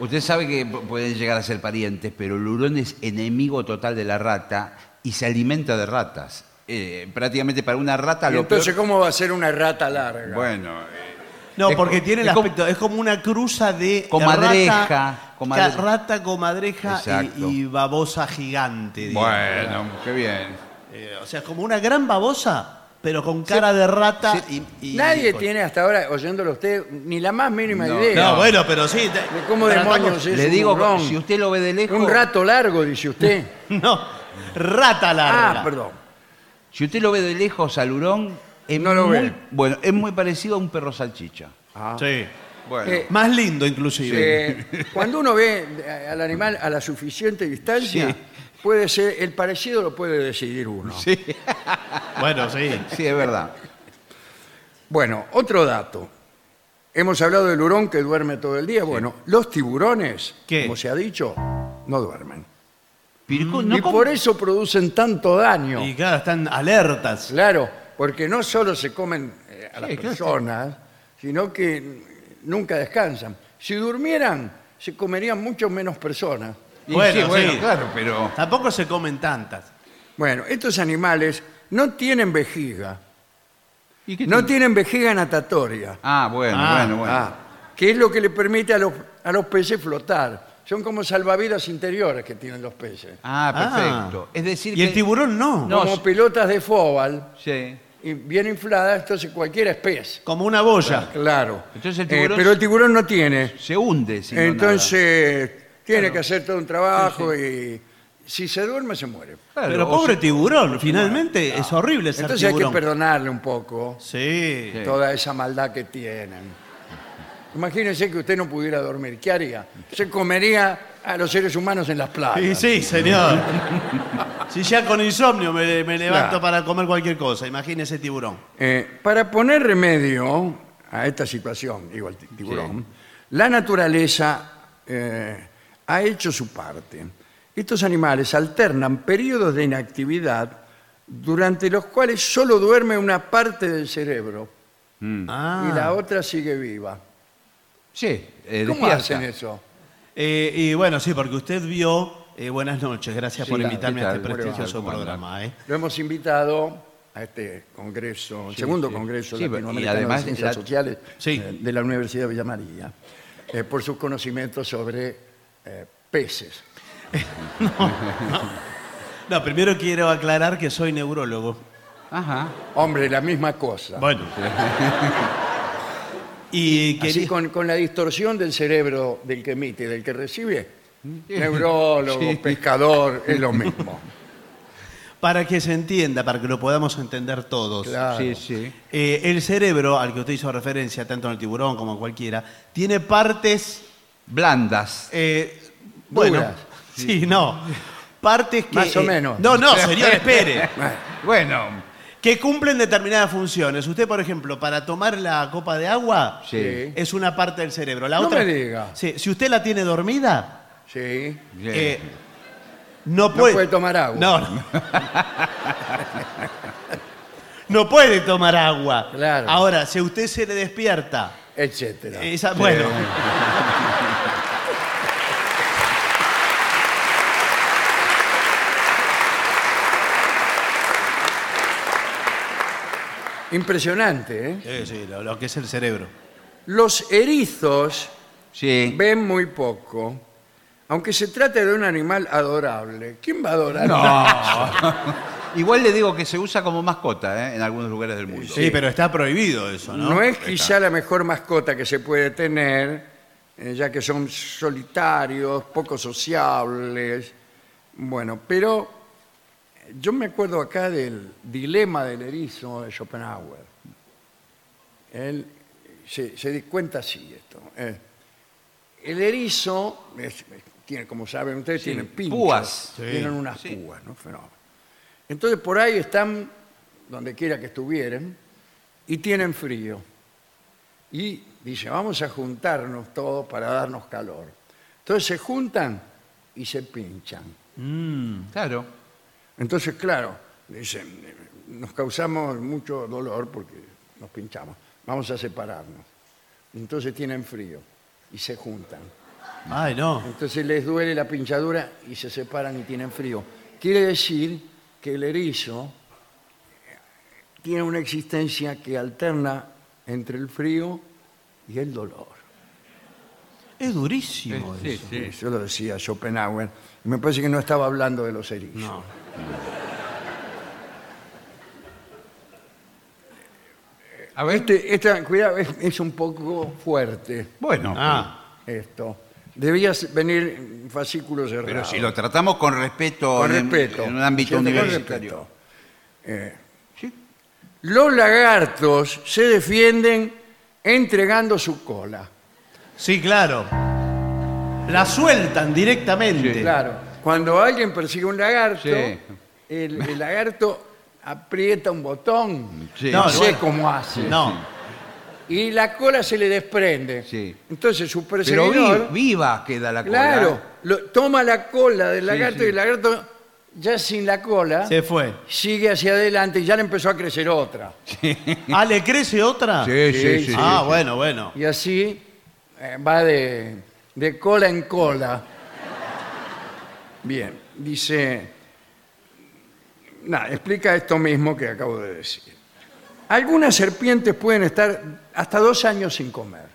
Speaker 3: usted sabe que p- pueden llegar a ser parientes, pero el hurón es enemigo total de la rata y se alimenta de ratas. Eh, prácticamente para una rata
Speaker 1: Y
Speaker 3: lo
Speaker 1: entonces,
Speaker 3: peor-
Speaker 1: ¿cómo va a ser una rata larga?
Speaker 3: Bueno, eh,
Speaker 2: No,
Speaker 3: Es
Speaker 2: porque
Speaker 3: co-
Speaker 2: tiene el
Speaker 3: es como-
Speaker 2: aspecto, es como una cruza de
Speaker 3: Comadreja,
Speaker 2: rata,
Speaker 3: comadre-
Speaker 2: rata, comadreja
Speaker 3: Exacto.
Speaker 2: y, y babosa gigante. digamos.
Speaker 3: bueno, qué bien.
Speaker 2: Eh, o sea, es como una gran babosa, pero con cara de rata
Speaker 3: sí.
Speaker 2: y, y-
Speaker 1: Nadie
Speaker 2: con-
Speaker 1: tiene hasta ahora, oyéndolo usted, ni la más mínima
Speaker 3: No,
Speaker 1: idea.
Speaker 2: No, bueno, pero sí. te-
Speaker 1: ¿De cómo
Speaker 2: tratamos-
Speaker 1: demonios es
Speaker 3: Le
Speaker 1: un
Speaker 3: digo,
Speaker 1: hurón?
Speaker 3: si usted lo ve de lejos,
Speaker 1: Un rato largo, dice usted.
Speaker 2: No, rata larga.
Speaker 1: ah, perdón.
Speaker 3: si usted lo ve de lejos al hurón, es
Speaker 1: No lo
Speaker 3: muy,
Speaker 1: ve.
Speaker 3: bueno, es muy parecido a un perro salchicha.
Speaker 1: Ah.
Speaker 2: Sí.
Speaker 3: Bueno,
Speaker 1: Eh,
Speaker 2: Más lindo, inclusive.
Speaker 1: Eh, cuando uno ve eh, al animal a la suficiente distancia,
Speaker 3: Sí.
Speaker 1: puede ser, el parecido lo puede decidir uno.
Speaker 2: Bueno, sí.
Speaker 3: sí, es verdad.
Speaker 1: Bueno, otro dato. Hemos hablado del hurón que duerme todo el día. Bueno, los tiburones,
Speaker 2: ¿Qué?
Speaker 1: como se ha dicho, no duermen.
Speaker 3: Pirco, no
Speaker 1: y
Speaker 3: com-
Speaker 1: por eso producen tanto daño.
Speaker 2: Y claro, están alertas.
Speaker 1: Claro, porque no solo se comen eh, a las
Speaker 3: Sí, claro.
Speaker 1: personas, sino que nunca descansan. Si durmieran, se comerían mucho menos personas.
Speaker 3: Y
Speaker 2: Bueno, sí.
Speaker 3: claro, pero
Speaker 2: Tampoco se comen tantas.
Speaker 1: Bueno, estos animales no tienen vejiga.
Speaker 3: ¿y qué
Speaker 1: No
Speaker 3: tiene?
Speaker 1: tienen vejiga natatoria.
Speaker 3: Ah, bueno,
Speaker 2: Ah,
Speaker 3: bueno, bueno.
Speaker 1: Ah, que es lo que le permite a los, a los peces flotar. Son como salvavidas interiores que tienen los peces.
Speaker 3: Ah, perfecto.
Speaker 2: Ah.
Speaker 3: Es decir,
Speaker 2: Y el
Speaker 3: que-
Speaker 2: tiburón no.
Speaker 3: No.
Speaker 1: como pelotas de fóbal,
Speaker 3: Sí.
Speaker 1: y bien infladas, entonces cualquiera es pez.
Speaker 2: Como una boya.
Speaker 1: Claro.
Speaker 3: Entonces el
Speaker 1: Eh,
Speaker 3: tiburón-
Speaker 1: pero el tiburón no tiene.
Speaker 3: Se hunde. si no
Speaker 1: entonces tiene que hacer todo un trabajo y, si se duerme se muere.
Speaker 3: Claro,
Speaker 2: Pero
Speaker 3: o
Speaker 2: pobre
Speaker 3: sea,
Speaker 2: tiburón, finalmente es horrible ser
Speaker 1: Entonces hay que
Speaker 2: tiburón.
Speaker 1: perdonarle un poco
Speaker 2: Sí.
Speaker 3: Sí.
Speaker 1: toda esa maldad que tienen. Imagínense que usted no pudiera dormir, ¿qué haría? Se comería a los seres humanos en las
Speaker 2: Y
Speaker 1: playas.
Speaker 2: sí, señor. si ya con insomnio me, me levanto
Speaker 1: Claro.
Speaker 2: para comer cualquier cosa, imagínese tiburón.
Speaker 1: Eh, para poner remedio a esta situación, digo al ti- tiburón, la naturaleza eh, ha hecho su parte. Estos animales alternan periodos de inactividad durante los cuales solo duerme una parte del cerebro
Speaker 3: Mm.
Speaker 2: Ah.
Speaker 1: y la otra sigue viva.
Speaker 3: Sí, eh,
Speaker 1: ¿Cómo
Speaker 3: despierta.
Speaker 1: hacen eso?
Speaker 2: Eh, y bueno, sí, porque usted vio. eh, buenas noches, gracias
Speaker 3: Sí,
Speaker 2: por
Speaker 3: claro.
Speaker 2: invitarme
Speaker 3: ¿Qué
Speaker 2: a
Speaker 3: tal?
Speaker 2: este prestigioso
Speaker 3: ¿Cómo andan?
Speaker 2: programa. eh.
Speaker 1: Lo hemos invitado a este congreso, segundo
Speaker 3: sí.
Speaker 1: congreso
Speaker 3: Sí, y
Speaker 1: latinoamericano
Speaker 3: además
Speaker 1: de ciencias
Speaker 3: la-
Speaker 1: sociales
Speaker 2: Sí.
Speaker 1: eh, de la Universidad de Villa María, eh, por sus conocimientos sobre eh, peces.
Speaker 2: No, primero quiero aclarar que soy neurólogo.
Speaker 3: Ajá.
Speaker 1: Hombre, la misma cosa.
Speaker 2: Bueno. y
Speaker 1: Así
Speaker 2: quería-
Speaker 1: con, con la distorsión del cerebro del que emite y del que recibe, neurólogo,
Speaker 3: Sí.
Speaker 1: pescador, es lo mismo.
Speaker 2: para que se entienda, para que lo podamos entender todos.
Speaker 1: Claro.
Speaker 3: Sí, sí.
Speaker 2: Eh, el cerebro, al que usted hizo referencia, tanto en el tiburón como en cualquiera, tiene partes.
Speaker 3: Blandas.
Speaker 2: eh, bueno.
Speaker 1: Duras.
Speaker 2: Sí, no. Partes que.
Speaker 1: Más o
Speaker 2: eh,
Speaker 1: menos.
Speaker 2: No, no, señor, espere.
Speaker 3: Bueno,
Speaker 2: que cumplen determinadas funciones. Usted, por ejemplo, para tomar la copa de agua,
Speaker 3: sí.
Speaker 2: es una parte del cerebro. La
Speaker 1: No
Speaker 2: otra,
Speaker 1: me diga.
Speaker 2: Sí, si usted la tiene dormida,
Speaker 1: Sí.
Speaker 3: sí.
Speaker 2: eh, no
Speaker 1: No
Speaker 2: puede.
Speaker 1: puede tomar agua.
Speaker 2: No, no. No puede tomar agua.
Speaker 1: Claro.
Speaker 2: Ahora, si a usted se le despierta,
Speaker 1: Etcétera.
Speaker 2: esa- bueno.
Speaker 1: Impresionante, ¿eh?
Speaker 2: Sí, sí, lo, lo que es el cerebro.
Speaker 1: Los erizos
Speaker 3: Sí.
Speaker 1: ven muy poco, aunque se trate de un animal adorable. ¿Quién va a adorar?
Speaker 3: Igual le digo que se usa como mascota ¿eh? en algunos lugares del mundo.
Speaker 2: Sí, pero está prohibido eso, ¿no?
Speaker 1: No es quizá la mejor mascota que se puede tener, eh, ya que son solitarios, poco sociables. Bueno, pero yo me acuerdo acá del dilema del erizo de Schopenhauer. Él se, se di cuenta así esto. eh, el erizo, es- tiene, como saben ustedes,
Speaker 3: Sí,
Speaker 1: tienen pinchos.
Speaker 3: púas.
Speaker 2: Sí,
Speaker 1: Tienen unas
Speaker 3: sí.
Speaker 1: púas, ¿no? Fenómeno. Entonces por ahí están, donde quiera que estuvieran, y tienen frío. Y dice, vamos a juntarnos todos para darnos calor. Entonces se juntan y se pinchan.
Speaker 3: Claro.
Speaker 1: Entonces, claro, dicen, eh, nos causamos mucho dolor porque nos pinchamos. Vamos a separarnos. Entonces tienen frío y se juntan.
Speaker 2: Ay, no.
Speaker 1: Entonces les duele la pinchadura y se separan y tienen frío. Quiere decir que el erizo eh, tiene una existencia que alterna entre el frío y el dolor.
Speaker 2: Es durísimo
Speaker 3: Sí,
Speaker 2: eso.
Speaker 3: sí.
Speaker 1: Eso lo decía Schopenhauer. Y me parece que no estaba hablando de los erizos.
Speaker 2: No.
Speaker 3: A ver.
Speaker 1: Este- esta, cuidado, es, es un poco fuerte
Speaker 3: Bueno,
Speaker 2: Ah,
Speaker 1: esto. Debías venir en fascículo cerrado.
Speaker 3: pero si lo tratamos con respeto,
Speaker 1: Con
Speaker 3: en,
Speaker 1: respeto.
Speaker 3: en un ámbito
Speaker 1: Siempre con
Speaker 3: universitario.
Speaker 1: respeto. Eh, Los lagartos se defienden entregando su cola.
Speaker 2: sí, claro. La sueltan directamente.
Speaker 1: Claro. Cuando alguien persigue un lagarto,
Speaker 3: Sí.
Speaker 1: el, el lagarto aprieta un botón.
Speaker 3: Sí.
Speaker 1: No,
Speaker 2: No,
Speaker 1: sé
Speaker 2: bueno.
Speaker 1: cómo hace.
Speaker 2: No.
Speaker 1: Y la cola se le desprende.
Speaker 3: Sí.
Speaker 1: Entonces su
Speaker 3: Pero vi-
Speaker 1: perseguidor...
Speaker 3: viva queda la cola.
Speaker 1: Claro, lo- toma la cola del lagarto
Speaker 3: sí.
Speaker 1: y el lagarto, ya sin la cola,
Speaker 2: Se fue.
Speaker 1: sigue hacia adelante y ya le empezó a crecer otra.
Speaker 2: Ah, ¿le crece otra?
Speaker 3: Sí, sí, sí.
Speaker 1: Sí,
Speaker 3: sí.
Speaker 2: ah, bueno, bueno.
Speaker 1: Y así eh, va de, de cola en cola. Bien, dice. Nada, explica esto mismo que acabo de decir. Algunas serpientes pueden estar hasta dos años sin comer.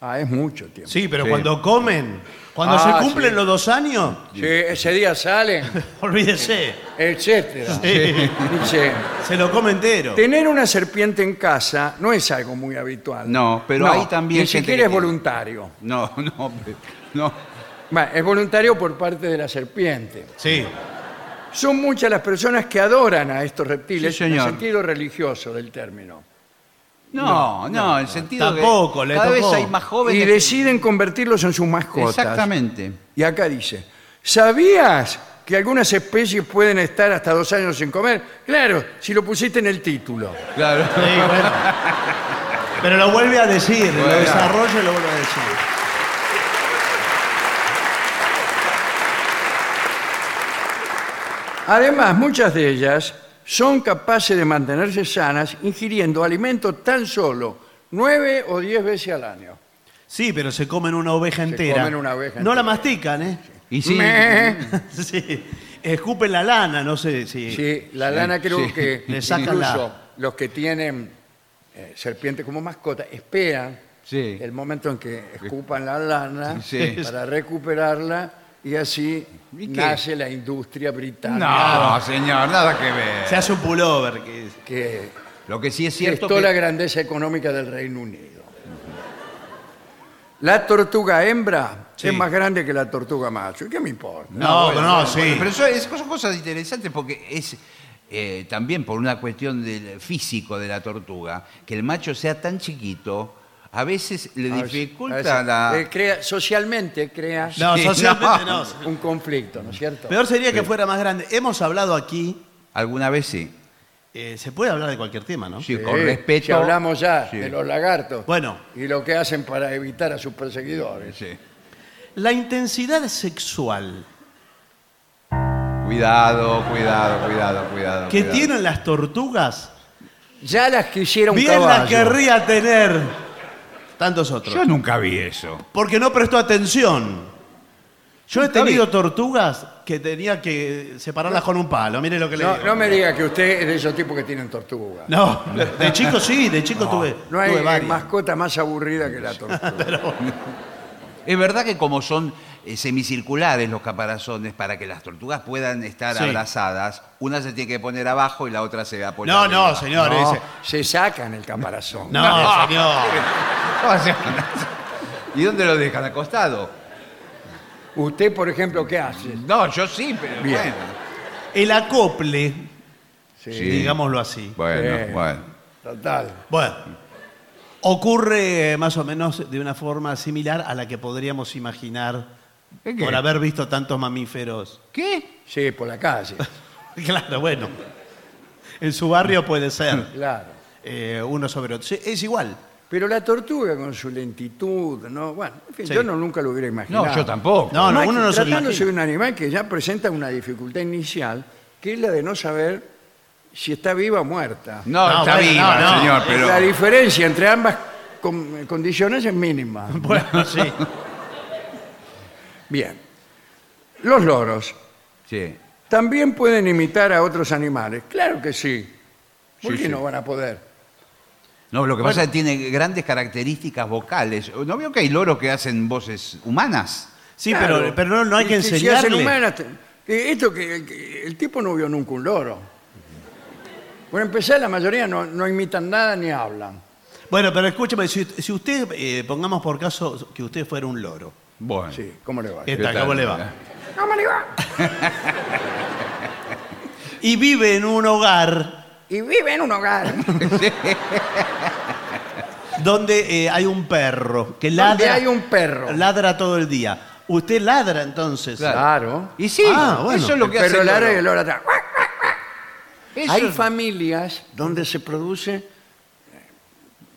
Speaker 1: Ah, es mucho tiempo.
Speaker 2: Sí, pero
Speaker 3: Sí.
Speaker 2: cuando comen, cuando
Speaker 1: Ah,
Speaker 2: se cumplen
Speaker 1: sí.
Speaker 2: los dos años,
Speaker 1: Sí, ese día salen,
Speaker 2: olvídese.
Speaker 1: etcétera.
Speaker 2: Sí.
Speaker 1: Dice.
Speaker 2: Se lo come entero.
Speaker 1: Tener una serpiente en casa no es algo muy habitual.
Speaker 3: No, pero hay también
Speaker 1: Ni
Speaker 3: gente
Speaker 1: siquiera
Speaker 3: que
Speaker 1: es
Speaker 3: tiene.
Speaker 1: voluntario.
Speaker 3: No, no, no.
Speaker 1: Bueno, es voluntario por parte de la serpiente.
Speaker 2: Sí.
Speaker 1: Son muchas las personas que adoran a estos reptiles
Speaker 3: Sí,
Speaker 1: en el
Speaker 3: señor.
Speaker 1: sentido religioso del término.
Speaker 3: No, no, en el sentido que
Speaker 2: Tampoco, le
Speaker 3: cada
Speaker 2: tocó.
Speaker 3: vez hay más jóvenes.
Speaker 1: Y
Speaker 3: que-
Speaker 1: deciden convertirlos en sus mascotas.
Speaker 3: Exactamente.
Speaker 1: Y acá dice, ¿sabías que algunas especies pueden estar hasta dos años sin comer? Claro, si lo pusiste en el título.
Speaker 3: Claro.
Speaker 2: Sí, bueno. Pero lo vuelve a decir, lo
Speaker 3: Bueno.
Speaker 2: desarrolla y lo vuelve a decir.
Speaker 1: Además, muchas de ellas son capaces de mantenerse sanas ingiriendo alimento tan solo nueve o diez veces al año.
Speaker 2: Sí, pero se comen una oveja entera.
Speaker 1: comen una oveja
Speaker 2: No la
Speaker 1: entera.
Speaker 2: mastican, ¿eh?
Speaker 3: Y sí,
Speaker 1: Meh.
Speaker 2: Sí. Escupen la lana, no sé si.
Speaker 1: Sí, la lana creo
Speaker 3: sí.
Speaker 1: que
Speaker 2: Le sacan la-
Speaker 1: incluso los que tienen eh, serpientes como mascota esperan
Speaker 3: Sí. Eh,
Speaker 1: el momento en que escupan la lana
Speaker 3: Sí.
Speaker 1: para recuperarla y así
Speaker 3: ¿Y qué?
Speaker 1: nace la industria británica
Speaker 3: No, señor, nada que ver.
Speaker 2: Se hace un pullover. Que es-
Speaker 1: que
Speaker 3: Lo que sí es
Speaker 1: prestó
Speaker 3: cierto que
Speaker 1: la grandeza económica del Reino Unido. La tortuga hembra
Speaker 2: Sí.
Speaker 1: es más grande que la tortuga macho. ¿Y qué me importa?
Speaker 2: No,
Speaker 3: bueno,
Speaker 2: no,
Speaker 3: bueno,
Speaker 2: sí.
Speaker 3: bueno, pero eso es, son cosas interesantes porque es eh, también por una cuestión del físico de la tortuga, que el macho sea tan chiquito, a veces le
Speaker 1: A ver si-
Speaker 3: dificulta
Speaker 1: a ver si-
Speaker 3: la...
Speaker 1: eh, crea- socialmente crea
Speaker 2: No,
Speaker 3: Sí,
Speaker 2: socialmente no.
Speaker 3: no.
Speaker 1: un conflicto, ¿no es cierto?
Speaker 2: Peor sería que fuera más grande. Hemos hablado aquí.
Speaker 3: Alguna vez sí.
Speaker 2: eh, se puede hablar de cualquier tema, ¿no?
Speaker 3: Sí,
Speaker 1: Sí,
Speaker 3: con respeto.
Speaker 1: Si hablamos ya
Speaker 3: Sí.
Speaker 1: de los lagartos
Speaker 2: Bueno.
Speaker 1: y lo que hacen para evitar a sus perseguidores.
Speaker 3: Sí.
Speaker 2: La intensidad sexual
Speaker 3: Cuidado, cuidado, cuidado, cuidado.
Speaker 2: que
Speaker 3: cuidado.
Speaker 2: tienen las tortugas,
Speaker 1: Ya las quisiera un
Speaker 2: bien
Speaker 1: caballo.
Speaker 2: la querría tener tantos otros.
Speaker 3: Yo nunca vi eso.
Speaker 2: Porque no prestó atención. Yo he
Speaker 3: Está
Speaker 2: tenido tortugas que tenía que separarlas con un palo. Mire lo que le
Speaker 1: No,
Speaker 2: digo.
Speaker 1: no me diga que usted es de esos tipos que tienen tortuga.
Speaker 2: No, de chico sí, de chico tuve,
Speaker 1: No hay
Speaker 2: tuve
Speaker 1: eh,
Speaker 2: varias.
Speaker 1: mascota más aburrida que la tortuga.
Speaker 3: Es verdad que como son eh, semicirculares los caparazones para que las tortugas puedan estar
Speaker 2: Sí.
Speaker 3: abrazadas, una se tiene que poner abajo y la otra se apoya.
Speaker 2: No,
Speaker 3: arriba.
Speaker 2: no, señor.
Speaker 1: No,
Speaker 2: ese-
Speaker 1: se sacan el caparazón.
Speaker 2: No, señor.
Speaker 3: O sea, ¿Y dónde lo dejan? ¿Acostado?
Speaker 1: Usted, por ejemplo, ¿qué hace?
Speaker 3: No, yo sí, pero
Speaker 1: Bien.
Speaker 3: bueno.
Speaker 2: El acople,
Speaker 1: Sí,
Speaker 3: Sí.
Speaker 2: digámoslo así.
Speaker 3: Bueno,
Speaker 1: Sí.
Speaker 3: bueno.
Speaker 1: Total.
Speaker 2: Bueno, ocurre eh, más o menos de una forma similar a la que podríamos imaginar
Speaker 3: ¿Qué, qué?
Speaker 2: por haber visto tantos mamíferos.
Speaker 3: ¿Qué?
Speaker 1: Sí, por la calle.
Speaker 2: Claro, bueno. En su barrio puede ser
Speaker 1: Claro.
Speaker 2: eh, uno sobre otro. Sí, es igual.
Speaker 1: Pero la tortuga con su lentitud, ¿no? Bueno, en fin,
Speaker 2: Sí.
Speaker 1: yo no, nunca lo hubiera
Speaker 3: No,
Speaker 1: imaginado.
Speaker 3: yo tampoco.
Speaker 2: No, no,
Speaker 1: Además,
Speaker 2: uno no se lo
Speaker 1: tratándose de
Speaker 2: imagina.
Speaker 1: un animal que ya presenta una dificultad inicial, que es la de no saber si está viva o muerta.
Speaker 3: No,
Speaker 2: No,
Speaker 3: está
Speaker 2: bueno,
Speaker 3: viva,
Speaker 2: no, no.
Speaker 3: señor,
Speaker 1: La
Speaker 3: pero...
Speaker 1: diferencia entre ambas con- condiciones es mínima.
Speaker 2: Bueno, sí.
Speaker 1: Bien. Los loros
Speaker 3: Sí.
Speaker 1: también pueden imitar a otros animales. Claro que sí. ¿Por
Speaker 3: Sí,
Speaker 1: qué
Speaker 3: sí.
Speaker 1: no van a poder?
Speaker 3: No, lo que pasa es que tiene grandes características vocales. ¿No veo que hay loros que hacen voces humanas?
Speaker 2: Sí,
Speaker 1: Claro.
Speaker 2: pero, pero no, no hay
Speaker 1: Y
Speaker 2: que
Speaker 1: si- si hacen
Speaker 2: enseñarle.
Speaker 1: humanas, te- eh, esto que, que el tipo no vio nunca un loro. Por empezar, la mayoría no, no imitan nada ni hablan.
Speaker 2: Bueno, pero escúchame, si, si usted, eh, pongamos por caso que usted fuera un loro.
Speaker 3: Bueno.
Speaker 1: Sí, ¿cómo le va?
Speaker 2: ¿Qué
Speaker 3: ¿Qué
Speaker 2: tal?
Speaker 3: tal?
Speaker 2: ¿Cómo le va?
Speaker 1: ¿Cómo le va?
Speaker 2: Y vive en un hogar
Speaker 1: Y vive en un hogar
Speaker 2: donde eh, hay un perro que ladra.
Speaker 1: donde hay un perro.
Speaker 2: Ladra todo el día. Usted ladra entonces.
Speaker 3: Claro.
Speaker 1: Claro.
Speaker 3: Y sí,
Speaker 2: Ah, bueno.
Speaker 3: eso es lo que hace
Speaker 1: Pero
Speaker 3: el
Speaker 1: el área
Speaker 3: loro.
Speaker 1: y el loro atrás.
Speaker 3: Eso
Speaker 1: Hay
Speaker 3: es-
Speaker 1: familias donde se produce, eh,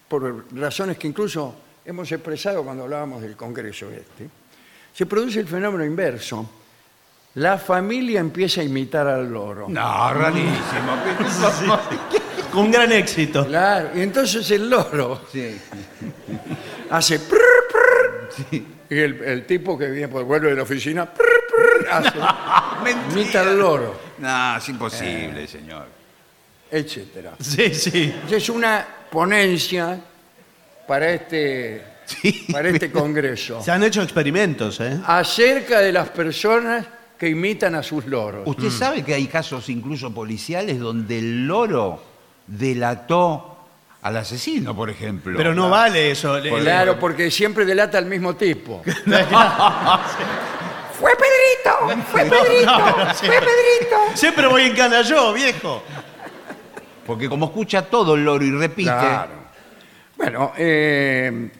Speaker 1: por razones que incluso hemos expresado cuando hablábamos del Congreso este, se produce el fenómeno inverso. La familia empieza a imitar al loro.
Speaker 3: No, rarísimo.
Speaker 2: ¿ah? Con gran éxito.
Speaker 1: Claro, y entonces el loro
Speaker 3: Sí.
Speaker 1: hace prr, prr, y el, el tipo que viene por vuelve de la oficina prr, prr, hace, imita al loro,
Speaker 3: No, es
Speaker 2: Eh.
Speaker 3: imposible, señor.
Speaker 2: Mm.
Speaker 1: etcétera.
Speaker 2: Sí, sí.
Speaker 1: Es una ponencia para este,
Speaker 3: Sí.
Speaker 1: para este congreso
Speaker 2: Se han hecho experimentos, ¿eh?
Speaker 1: acerca de las personas que imitan a sus loros.
Speaker 3: Usted sabe que hay casos incluso policiales donde el loro delató al asesino, por ejemplo.
Speaker 2: Pero no vale eso. le-
Speaker 1: Claro, porque siempre delata al mismo tipo.
Speaker 4: no! ¡Fue Pedrito! ¡Fue Pedrito!
Speaker 2: Siempre voy en cana yo, viejo.
Speaker 3: Porque como escucha todo el loro y repite,
Speaker 1: Claro. Bueno, eh,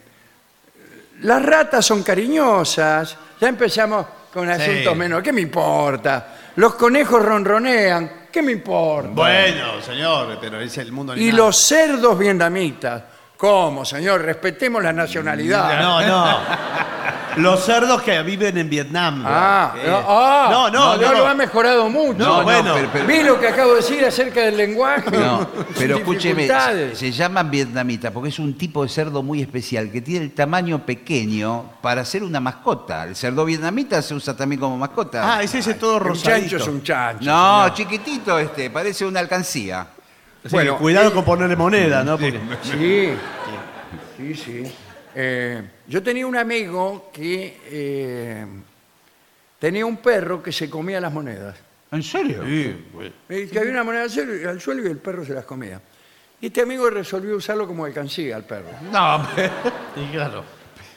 Speaker 1: las ratas son cariñosas. Ya empezamos con asuntos menores. ¿Qué me importa? Los conejos ronronean. ¿Qué me importa?
Speaker 2: Bueno, señor, pero es el mundo
Speaker 1: y
Speaker 2: animal.
Speaker 1: los cerdos vietnamitas. ¿Cómo, señor? Respetemos la nacionalidad.
Speaker 2: No, no. Los cerdos que viven en Vietnam.
Speaker 1: Ah,
Speaker 2: Eh,
Speaker 1: no, ah,
Speaker 2: no, no, no,
Speaker 1: lo ha mejorado mucho.
Speaker 2: No,
Speaker 3: no,
Speaker 2: bueno.
Speaker 3: pero- pero-
Speaker 1: Vi lo que acabo de decir acerca del lenguaje.
Speaker 3: No, pero escúcheme, se,
Speaker 1: Dificultades.
Speaker 3: se llaman vietnamitas porque es un tipo de cerdo muy especial que tiene el tamaño pequeño para ser una mascota. El cerdo vietnamita se usa también como mascota.
Speaker 2: Ah, ese es todo
Speaker 1: Un chancho
Speaker 2: rosadito.
Speaker 1: es un chancho.
Speaker 3: no, chiquitito este, parece una alcancía.
Speaker 2: Sí,
Speaker 1: Bueno, eh.
Speaker 2: cuidado con ponerle moneda, ¿no? Porque-
Speaker 1: Sí, sí, sí. Eh, yo tenía un amigo que eh, tenía un perro que se comía las monedas.
Speaker 3: ¿En serio?
Speaker 1: Y que había una moneda al suelo, al suelo y el perro se las comía. Y este amigo resolvió usarlo como alcancía al perro.
Speaker 3: No,
Speaker 2: Y claro.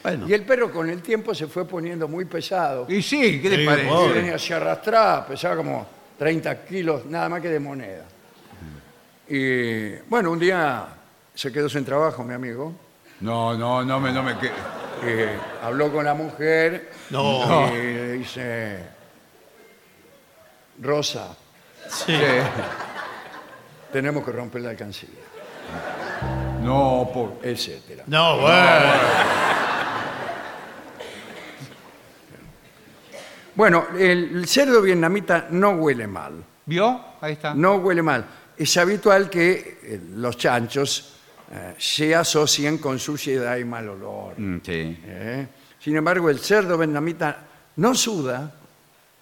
Speaker 2: Bueno.
Speaker 1: Y el perro con el tiempo se fue poniendo muy pesado.
Speaker 3: y sí, ¿qué
Speaker 2: Sí,
Speaker 3: le parece?
Speaker 1: Y
Speaker 2: pobre.
Speaker 1: venía, se arrastraba, pesaba como 30 kilos, nada más que de moneda. Y bueno, un día se quedó sin trabajo, mi amigo.
Speaker 5: No, no, no me, no me que-
Speaker 1: Eh, habló con la mujer
Speaker 2: No.
Speaker 1: y le dice, Rosa,
Speaker 2: Sí.
Speaker 1: tenemos que romper la alcancía,
Speaker 5: No, por.
Speaker 1: etcétera.
Speaker 2: No, bueno.
Speaker 1: Bueno, el, el cerdo vietnamita no huele mal,
Speaker 3: ¿Vio? Ahí está.
Speaker 1: no huele mal. Es habitual que eh, los chanchos eh, se asocien con suciedad y mal olor.
Speaker 3: Mm, sí.
Speaker 1: ¿eh? Sin embargo, el cerdo vietnamita no suda.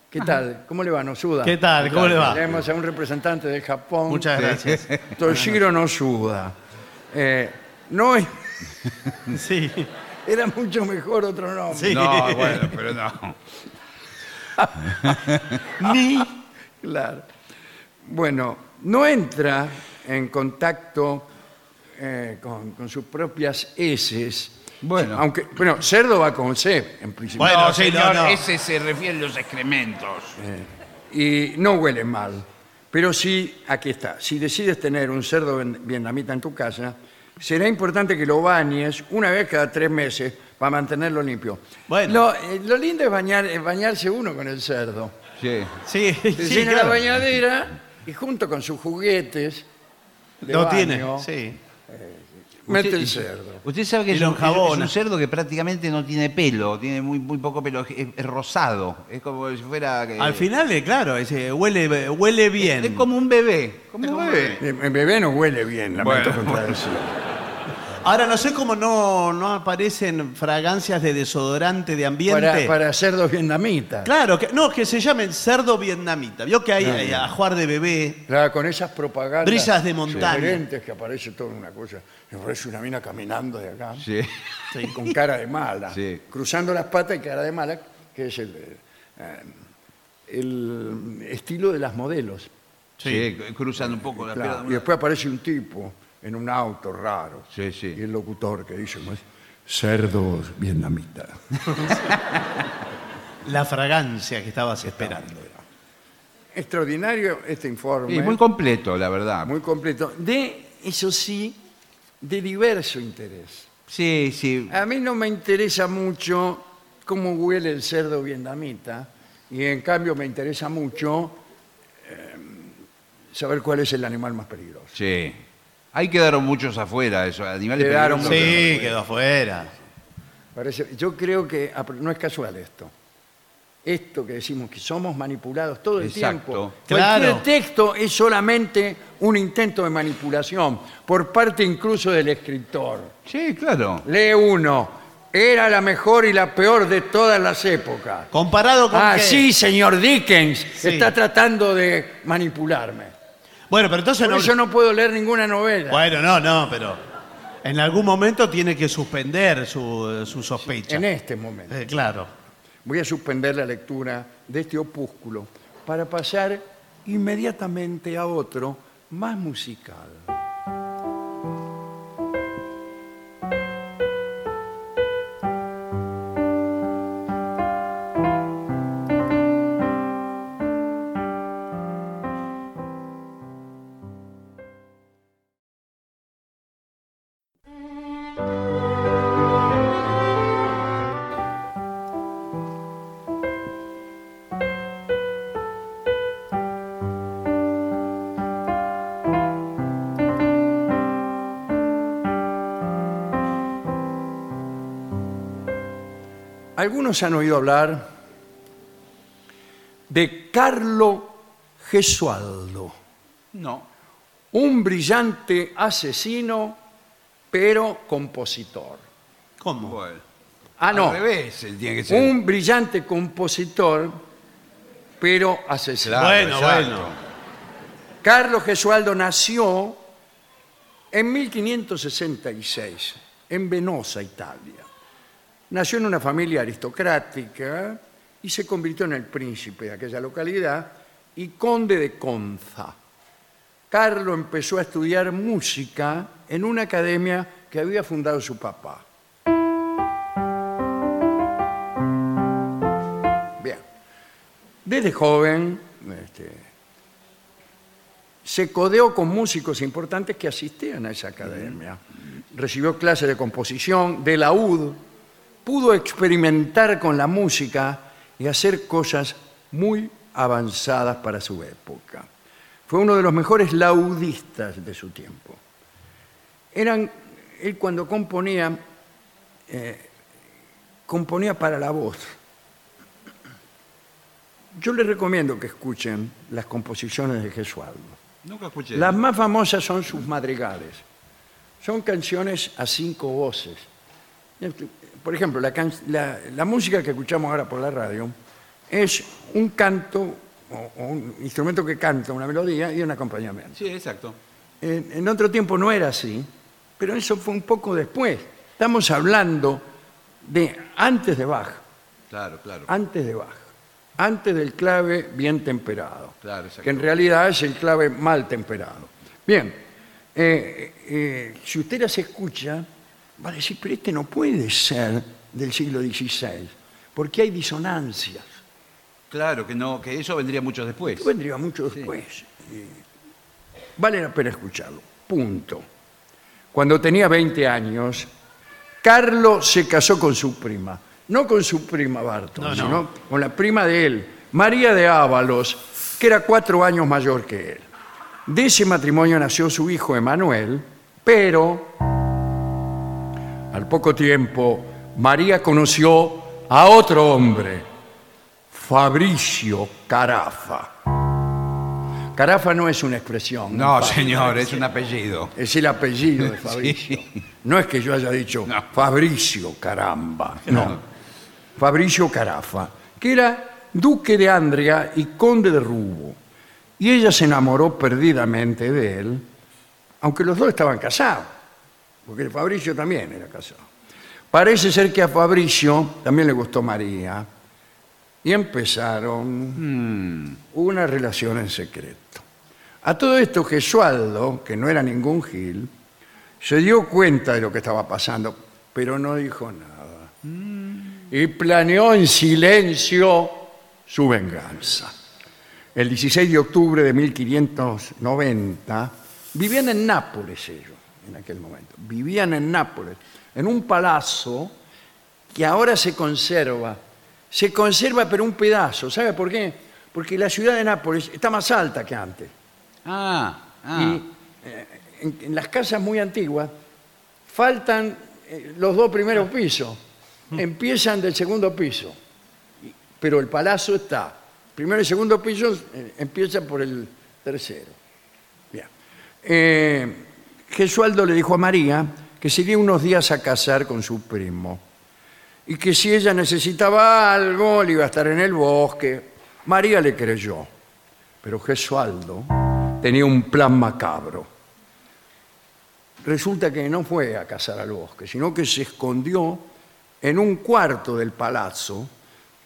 Speaker 1: ¿Qué tal? ¿Cómo le va? ¿No suda?
Speaker 2: ¿Qué tal? ¿Cómo le va?
Speaker 1: Tenemos a un representante de Japón.
Speaker 2: Muchas gracias.
Speaker 1: Toshiro no suda. Eh, no, es-
Speaker 2: Sí.
Speaker 1: era mucho mejor otro nombre.
Speaker 2: Sí.
Speaker 5: No, bueno, pero no.
Speaker 2: Ni.
Speaker 1: Claro. Bueno, no entra en contacto eh, con, con sus propias heces.
Speaker 3: Bueno.
Speaker 1: Aunque, Ah, bueno, cerdo va con C, en principio.
Speaker 2: Bueno,
Speaker 3: No,
Speaker 2: sí, no,
Speaker 3: señor,
Speaker 2: no.
Speaker 3: ese se refiere a los excrementos.
Speaker 1: Y no huele mal. Pero sí, aquí está. Si decides tener un cerdo ven- vietnamita en tu casa, será importante que lo bañes una vez cada tres meses para mantenerlo limpio.
Speaker 2: Bueno.
Speaker 1: Lo, eh, lo lindo es, bañar, es bañarse uno con el cerdo.
Speaker 3: Sí.
Speaker 2: Sí,
Speaker 1: Se
Speaker 2: sí,
Speaker 1: llena
Speaker 2: claro.
Speaker 1: la bañadera y junto con sus juguetes. de
Speaker 2: No
Speaker 1: baño,
Speaker 2: tiene. Sí.
Speaker 1: Mete
Speaker 3: Usted-
Speaker 1: el cerdo.
Speaker 3: Usted sabe que
Speaker 2: Y
Speaker 3: es
Speaker 2: lo
Speaker 3: un, es- es
Speaker 2: enjabona.
Speaker 3: un cerdo que prácticamente no tiene pelo, tiene muy, muy poco pelo, es, es rosado, es como si fuera... que-
Speaker 2: Al final, eh, claro, ese huele, huele bien.
Speaker 3: Es como un bebé, como un bebé.
Speaker 1: El el bebé no huele bien, lamento
Speaker 5: Bueno.
Speaker 1: contradecir.
Speaker 2: Ahora, no sé cómo no, no aparecen fragancias de desodorante de ambiente.
Speaker 1: Para, para cerdos vietnamitas.
Speaker 2: Claro, que, no, que se llamen cerdo vietnamita. Vio que hay, hay ajuar de bebé.
Speaker 1: Claro, con esas propagandas.
Speaker 2: Brisas de montaña.
Speaker 1: diferentes que aparece todo en una cosa. Me parece una mina caminando de acá.
Speaker 3: Sí.
Speaker 1: y Con cara de mala.
Speaker 3: Sí.
Speaker 1: Cruzando las patas y cara de mala, que es el, eh, el estilo de las modelos.
Speaker 3: Sí, cruzan un poco la
Speaker 1: Claro,
Speaker 3: pierna.
Speaker 1: Y después aparece un tipo en un auto raro.
Speaker 3: Sí, sí.
Speaker 1: Y el locutor que dice, pues, cerdos vietnamitas.
Speaker 2: La fragancia que estabas esperando.
Speaker 1: Extraordinario este informe.
Speaker 3: Sí, muy completo, la verdad.
Speaker 1: muy completo. De, eso sí, de diverso interés.
Speaker 3: Sí, sí.
Speaker 1: A mí no me interesa mucho cómo huele el cerdo vietnamita y en cambio me interesa mucho eh, saber cuál es el animal más peligroso.
Speaker 3: Sí. Ahí quedaron muchos afuera, esos animales
Speaker 1: Quedaron
Speaker 3: peligrosos.
Speaker 2: Sí, quedó afuera.
Speaker 1: Parece- yo creo que a pro- no es casual esto. Esto que decimos que somos manipulados todo el
Speaker 3: Exacto.
Speaker 1: tiempo.
Speaker 2: Claro.
Speaker 1: Cualquier texto es solamente un intento de manipulación por parte incluso del escritor.
Speaker 3: Sí, claro.
Speaker 1: Lee uno. Era la mejor y la peor de todas las épocas.
Speaker 2: Comparado con.
Speaker 1: Ah,
Speaker 2: qué?
Speaker 1: sí, señor Dickens.
Speaker 2: Sí.
Speaker 1: Está tratando de manipularme.
Speaker 2: Bueno, pero entonces
Speaker 1: Por
Speaker 2: no.
Speaker 1: eso no puedo leer ninguna novela.
Speaker 2: Bueno, no, no, pero. En algún momento tiene que suspender su, su sospecha.
Speaker 1: En este momento.
Speaker 2: Eh, claro.
Speaker 1: Voy a suspender la lectura de este opúsculo para pasar inmediatamente a otro más musical. Algunos han oído hablar de Carlo Gesualdo,
Speaker 3: No.
Speaker 1: un brillante asesino, pero compositor.
Speaker 2: ¿Cómo?
Speaker 3: Bueno.
Speaker 1: Ah, no.
Speaker 3: Al revés, eh, tiene que ser.
Speaker 1: Un brillante compositor, pero asesino.
Speaker 3: Claro,
Speaker 2: Bueno,
Speaker 3: exacto.
Speaker 2: bueno.
Speaker 1: Carlos Gesualdo nació en 1566 en Venosa, Italia. Nació en una familia aristocrática y se convirtió en el príncipe de aquella localidad y conde de Conza. Carlo empezó a estudiar música en una academia que había fundado su papá. Bien. Desde joven este, se codeó con músicos importantes que asistían a esa academia. Recibió clases de composición, de laúd, pudo experimentar con la música y hacer cosas muy avanzadas para su época. Fue uno de los mejores laudistas de su tiempo. Eran, él cuando componía, eh, componía para la voz. Yo les recomiendo que escuchen las composiciones de Gesualdo.
Speaker 3: Nunca escuché.
Speaker 1: Las más famosas son sus madrigales. Son canciones a cinco voces. Este, Por ejemplo, la, can- la- la música que escuchamos ahora por la radio es un canto o, o un instrumento que canta una melodía y un acompañamiento.
Speaker 3: Sí, exacto.
Speaker 1: En, en otro tiempo no era así, pero eso fue un poco después. Estamos hablando de antes de Bach,
Speaker 3: Claro, claro.
Speaker 1: antes de Bach, antes del clave bien temperado
Speaker 3: Claro, exacto.
Speaker 1: que en realidad es el clave mal temperado. Bien, eh, eh, si usted las escucha, va a decir, pero este no puede ser del siglo XVI, porque hay disonancias.
Speaker 3: Claro que no, que eso vendría mucho después.
Speaker 1: Esto vendría mucho después. Eh, Vale la pena escucharlo. Punto. Cuando tenía 20 años, Carlos se casó con su prima. No con su prima Barton,
Speaker 2: No, no.
Speaker 1: sino con la prima de él, María de Ábalos, que era cuatro años mayor que él. De ese matrimonio nació su hijo Emanuel, pero al poco tiempo María conoció a otro hombre, Fabricio Carafa. Carafa no es una expresión.
Speaker 3: No,
Speaker 1: Fa-
Speaker 3: señor, es un apellido.
Speaker 1: Es el apellido de Fabricio. No es que yo haya dicho
Speaker 3: No.
Speaker 1: Fabricio Caramba. No. Fabricio Carafa, que era duque de Andria y conde de Rubo. Y ella se enamoró perdidamente de él, aunque los dos estaban casados, porque Fabricio también era casado. Parece ser que a Fabricio también le gustó María y empezaron una relación en secreto. A todo esto, Gesualdo, que no era ningún gil, se dio cuenta de lo que estaba pasando, pero no dijo nada. Y planeó en silencio su venganza. El 16 de octubre de 1590, vivían en Nápoles ellos, en aquel momento. Vivían en Nápoles, en un palazzo que ahora se conserva. Se conserva, pero un pedazo. ¿Sabe por qué? Porque la ciudad de Nápoles está más alta que antes.
Speaker 3: Ah, ah.
Speaker 1: Y eh, en, en las casas muy antiguas faltan eh, los dos primeros pisos.
Speaker 3: Ah.
Speaker 1: Empiezan del segundo piso. Y- Pero el palazo está. Primero y segundo piso eh, empieza por el tercero. Bien. Eh, Gesualdo le dijo a María que se iría unos días a casar con su primo y que si ella necesitaba algo, le iba a estar en el bosque. María le creyó, pero Gesualdo tenía un plan macabro. Resulta que no fue a cazar al bosque, sino que se escondió en un cuarto del palazzo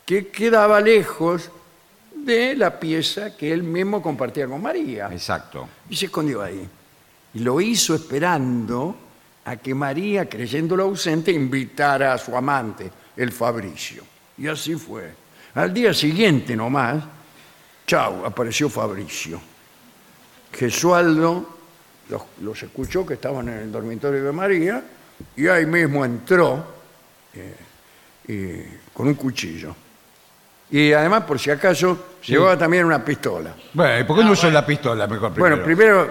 Speaker 1: que quedaba lejos de la pieza que él mismo compartía con María.
Speaker 3: Exacto.
Speaker 1: Y se escondió ahí. Y lo hizo esperando a que María, creyéndolo ausente, invitara a su amante, el Fabricio. Y así fue. Al día siguiente nomás, chau, apareció Fabricio. Gesualdo los, los escuchó que estaban en el dormitorio de María y ahí mismo entró eh, eh, con un cuchillo. Y además, por si acaso, llevaba también una pistola.
Speaker 5: Bueno, ¿y por qué no usó la pistola mejor primero?
Speaker 1: Bueno, primero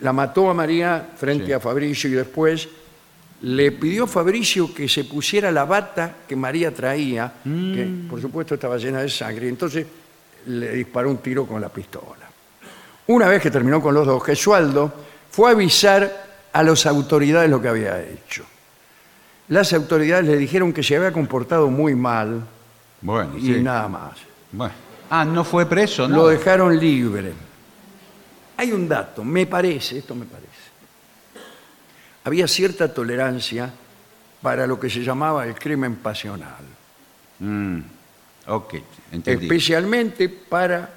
Speaker 1: mm, la mató a María frente a Fabricio y después le pidió a Fabricio que se pusiera la bata que María traía,
Speaker 5: Mm.
Speaker 1: que por supuesto estaba llena de sangre, y entonces le disparó un tiro con la pistola. Una vez que terminó con los dos, Gesualdo fue a avisar a las autoridades lo que había hecho. Las autoridades le dijeron que se había comportado muy mal
Speaker 5: Bueno,
Speaker 1: y
Speaker 5: sí.
Speaker 1: nada más.
Speaker 5: Bueno.
Speaker 3: Ah, no fue preso, ¿no?
Speaker 1: Lo dejaron libre. Hay un dato, me parece, esto me parece. Había cierta tolerancia para lo que se llamaba el crimen pasional,
Speaker 5: Mm, ok, entendí.
Speaker 1: especialmente para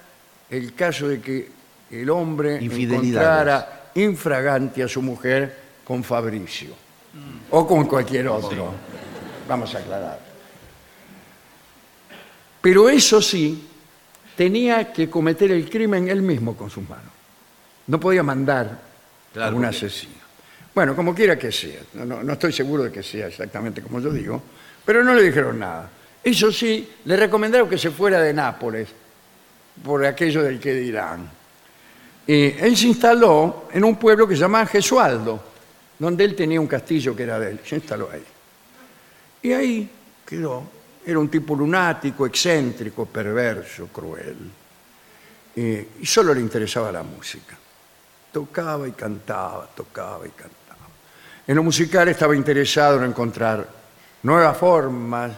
Speaker 1: el caso de que el hombre
Speaker 3: Infidelidades.
Speaker 1: encontrara infragante a su mujer con Fabricio o con cualquier otro. Vamos a aclarar. Pero eso sí, tenía que cometer el crimen él mismo con sus manos. No podía mandar a
Speaker 3: Claro,
Speaker 1: un
Speaker 3: porque-
Speaker 1: asesino. Bueno, como quiera que sea, no, no- no estoy seguro de que sea exactamente como yo digo, pero no le dijeron nada. Eso sí, le recomendaron que se fuera de Nápoles, por aquello del que dirán. Y él se instaló en un pueblo que se llamaba Gesualdo, donde él tenía un castillo que era de él. Se instaló ahí. Y ahí quedó. Era un tipo lunático, excéntrico, perverso, cruel. Eh, y solo le interesaba la música. Tocaba y cantaba, tocaba y cantaba. En lo musical estaba interesado en encontrar nuevas formas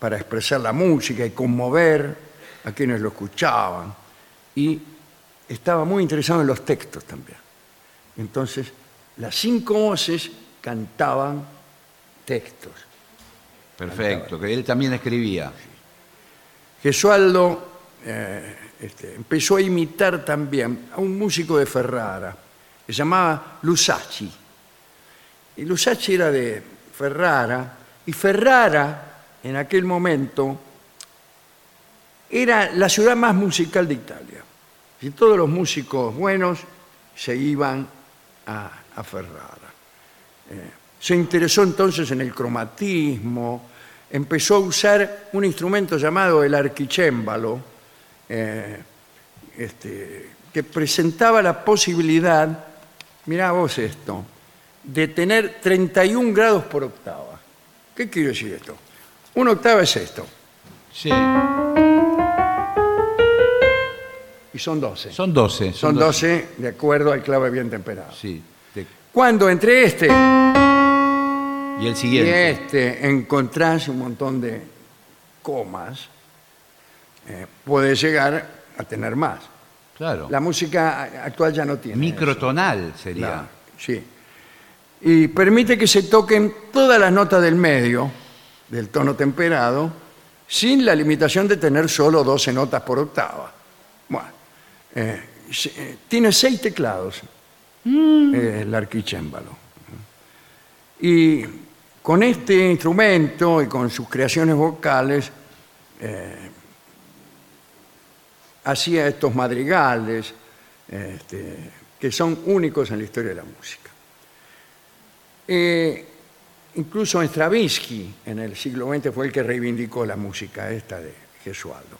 Speaker 1: para expresar la música y conmover a quienes lo escuchaban. Y estaba muy interesado en los textos también. Entonces, las cinco voces cantaban textos.
Speaker 3: Perfecto, que él también escribía.
Speaker 1: Gesualdo eh, este, empezó a imitar también a un músico de Ferrara, que se llamaba Lusacci. Y Lusacci era de Ferrara, y Ferrara en aquel momento era la ciudad más musical de Italia. Y todos los músicos buenos se iban a, a Ferrara. Eh, se interesó entonces en el cromatismo, empezó a usar un instrumento llamado el arquichémbalo, eh, este, que presentaba la posibilidad, mirá vos esto, de tener 31 grados por octava. ¿Qué quiere decir esto? Una octava es esto,
Speaker 3: Sí,
Speaker 1: y son 12.
Speaker 3: son 12.
Speaker 1: Son 12 de acuerdo al clave bien temperado.
Speaker 3: Sí. te-
Speaker 1: Cuando entre este
Speaker 3: Y el
Speaker 1: y
Speaker 3: siguiente.
Speaker 1: este encontrás un montón de comas, eh, podés llegar a tener más.
Speaker 3: Claro.
Speaker 1: La música actual ya no tiene. eso.
Speaker 3: Microtonal
Speaker 1: No,
Speaker 3: sería.
Speaker 1: sí. Y permite que se toquen todas las notas del medio, del tono temperado, sin la limitación de tener solo 12 notas por octava. Bueno, eh, se- eh, tiene seis teclados eh, el arquichémbalo. Y con este instrumento y con sus creaciones vocales, eh, hacía estos madrigales, este, que son únicos en la historia de la música. Eh, incluso Stravinsky, en el siglo XX, fue el que reivindicó la música esta de Gesualdo.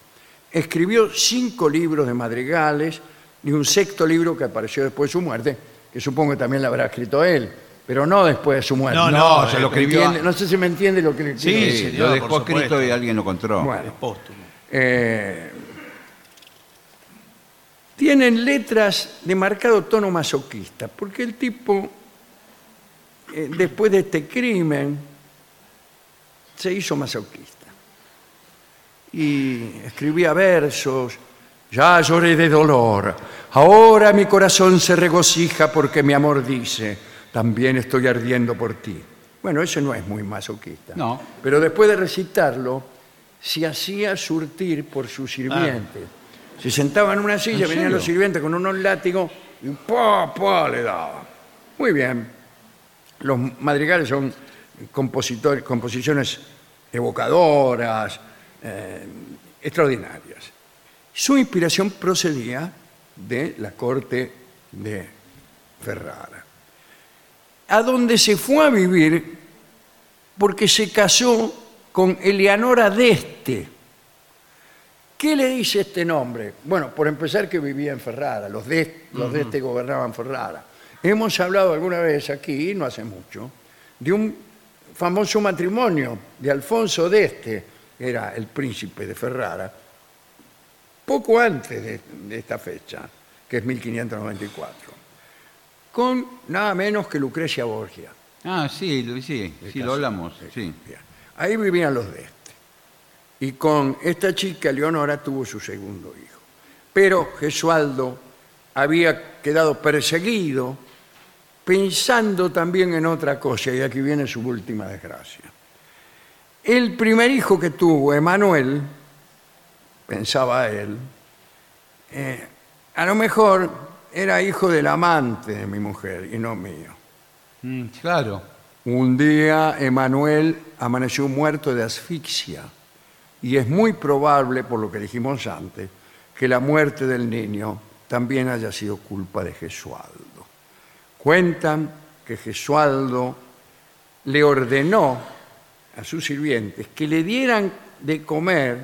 Speaker 1: Escribió cinco libros de madrigales y un sexto libro que apareció después de su muerte, que supongo que también lo habrá escrito él, pero no después de su muerte.
Speaker 2: No,
Speaker 5: No,
Speaker 2: no,
Speaker 5: se lo
Speaker 2: eh,
Speaker 5: escribió.
Speaker 1: ¿Entiende? No sé si me entiende lo que le quiero
Speaker 2: Sí,
Speaker 3: Sí,
Speaker 1: decir.
Speaker 2: señor,
Speaker 3: lo
Speaker 2: por
Speaker 3: dejó escrito
Speaker 2: supuesto.
Speaker 3: y alguien lo encontró.
Speaker 1: Bueno.
Speaker 2: Póstumo.
Speaker 1: Eh, tienen letras de marcado tono masoquista, porque el tipo, eh, después de este crimen, se hizo masoquista. Y escribía versos, ya lloré de dolor, ahora mi corazón se regocija porque mi amor dice, también estoy ardiendo por ti. Bueno, eso no es muy masoquista.
Speaker 3: No.
Speaker 1: Pero después de recitarlo, se hacía surtir por sus sirvientes. Se sentaba en una silla,
Speaker 3: ¿En
Speaker 1: venían los
Speaker 3: serio?
Speaker 1: sirvientes con unos látigos y ¡pa, pa! le daban. Muy bien. Los madrigales son compositor- composiciones evocadoras, eh, extraordinarias. Su inspiración procedía de la corte de Ferrara, a donde se fue a vivir porque se casó con Eleonora d'Este. ¿Qué le dice este nombre? Bueno, por empezar que vivía en Ferrara, los de, los de este gobernaban Ferrara. Hemos hablado alguna vez aquí, no hace mucho, de un famoso matrimonio de Alfonso d'Este, que era el príncipe de Ferrara, poco antes de, de esta fecha, que es 1594, con nada menos que Lucrecia Borgia.
Speaker 5: Ah, sí, lo- sí, sí, lo hablamos, sí.
Speaker 1: Bien. Ahí vivían los de este. Y con esta chica, Leonora tuvo su segundo hijo. Pero Gesualdo había quedado perseguido, pensando también en otra cosa, y aquí viene su última desgracia. El primer hijo que tuvo, Emanuel, pensaba él, eh, a lo mejor era hijo del amante de mi mujer y no mío.
Speaker 5: Mm, claro.
Speaker 1: Un día Emanuel amaneció muerto de asfixia y es muy probable, por lo que dijimos antes, que la muerte del niño también haya sido culpa de Gesualdo. Cuentan que Gesualdo le ordenó a sus sirvientes que le dieran de comer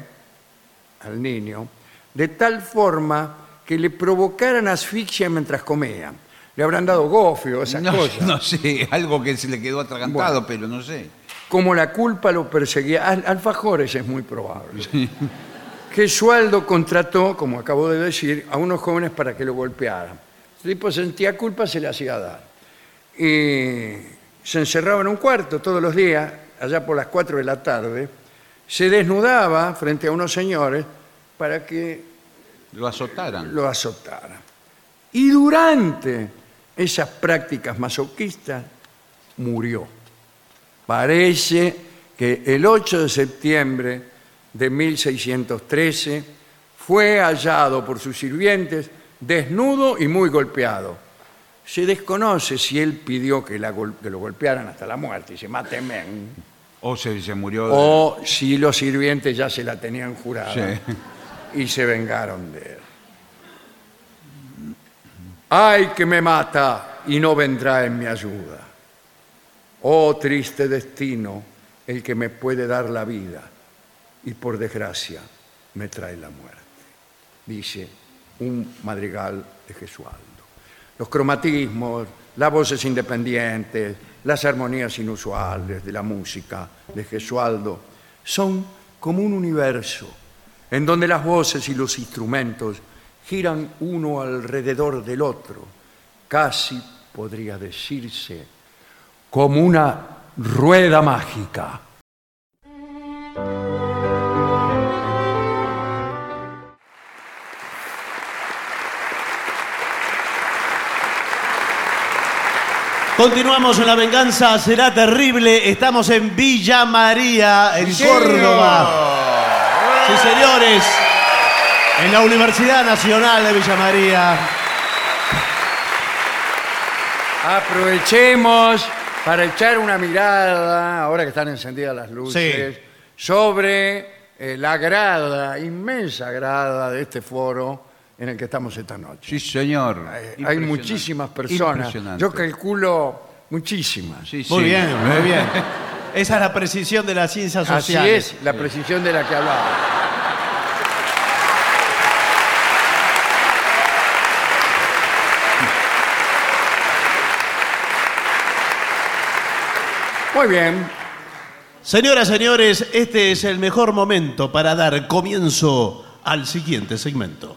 Speaker 1: al niño de tal forma que le provocaran asfixia mientras comía. Le habrán dado gofio, esas
Speaker 5: No,
Speaker 1: cosas.
Speaker 5: no sé, algo que se le quedó atragantado, pero no sé.
Speaker 1: como la culpa lo perseguía. Al- alfajores es muy probable. Gesualdo contrató, como acabo de decir, a unos jóvenes para que lo golpearan. El tipo sentía culpa, se le hacía dar. Y se encerraba en un cuarto todos los días, allá por las 4 de la tarde, se desnudaba frente a unos señores para que
Speaker 5: Lo azotaran.
Speaker 1: lo azotara. Y durante esas prácticas masoquistas murió. Parece que el 8 de septiembre de 1613 fue hallado por sus sirvientes desnudo y muy golpeado. Se desconoce si él pidió que, la gol- que lo golpearan hasta la muerte y se maten,
Speaker 5: O se, se murió. de-
Speaker 1: o si los sirvientes ya se la tenían jurada
Speaker 5: Sí.
Speaker 1: y se vengaron de él. Ay, que me mata y no vendrá en mi ayuda. Oh triste destino, el que me puede dar la vida y por desgracia me trae la muerte, dice un madrigal de Gesualdo. Los cromatismos, las voces independientes, las armonías inusuales de la música de Gesualdo son como un universo en donde las voces y los instrumentos giran uno alrededor del otro, casi podría decirse como una rueda mágica.
Speaker 2: Continuamos en La Venganza Será Terrible. Estamos en Villa María, en Córdoba. Sí, señores. En la Universidad Nacional de Villa María.
Speaker 1: Aprovechemos para echar una mirada, ahora que están encendidas las luces,
Speaker 2: Sí.
Speaker 1: sobre eh, la grada, inmensa grada de este foro en el que estamos esta noche.
Speaker 5: Sí,
Speaker 1: Eh,
Speaker 5: señor.
Speaker 1: Hay- Hay muchísimas personas,
Speaker 5: Impresionante.
Speaker 1: yo calculo muchísimas.
Speaker 5: Sí,
Speaker 2: Muy
Speaker 5: sí.
Speaker 2: bien,
Speaker 3: Eh,
Speaker 2: muy bien. Esa es la precisión de las ciencias
Speaker 1: Así
Speaker 2: sociales.
Speaker 1: es, la precisión de la que hablaba. Muy bien,
Speaker 2: Señoras, señores, este es el mejor momento para dar comienzo al siguiente segmento.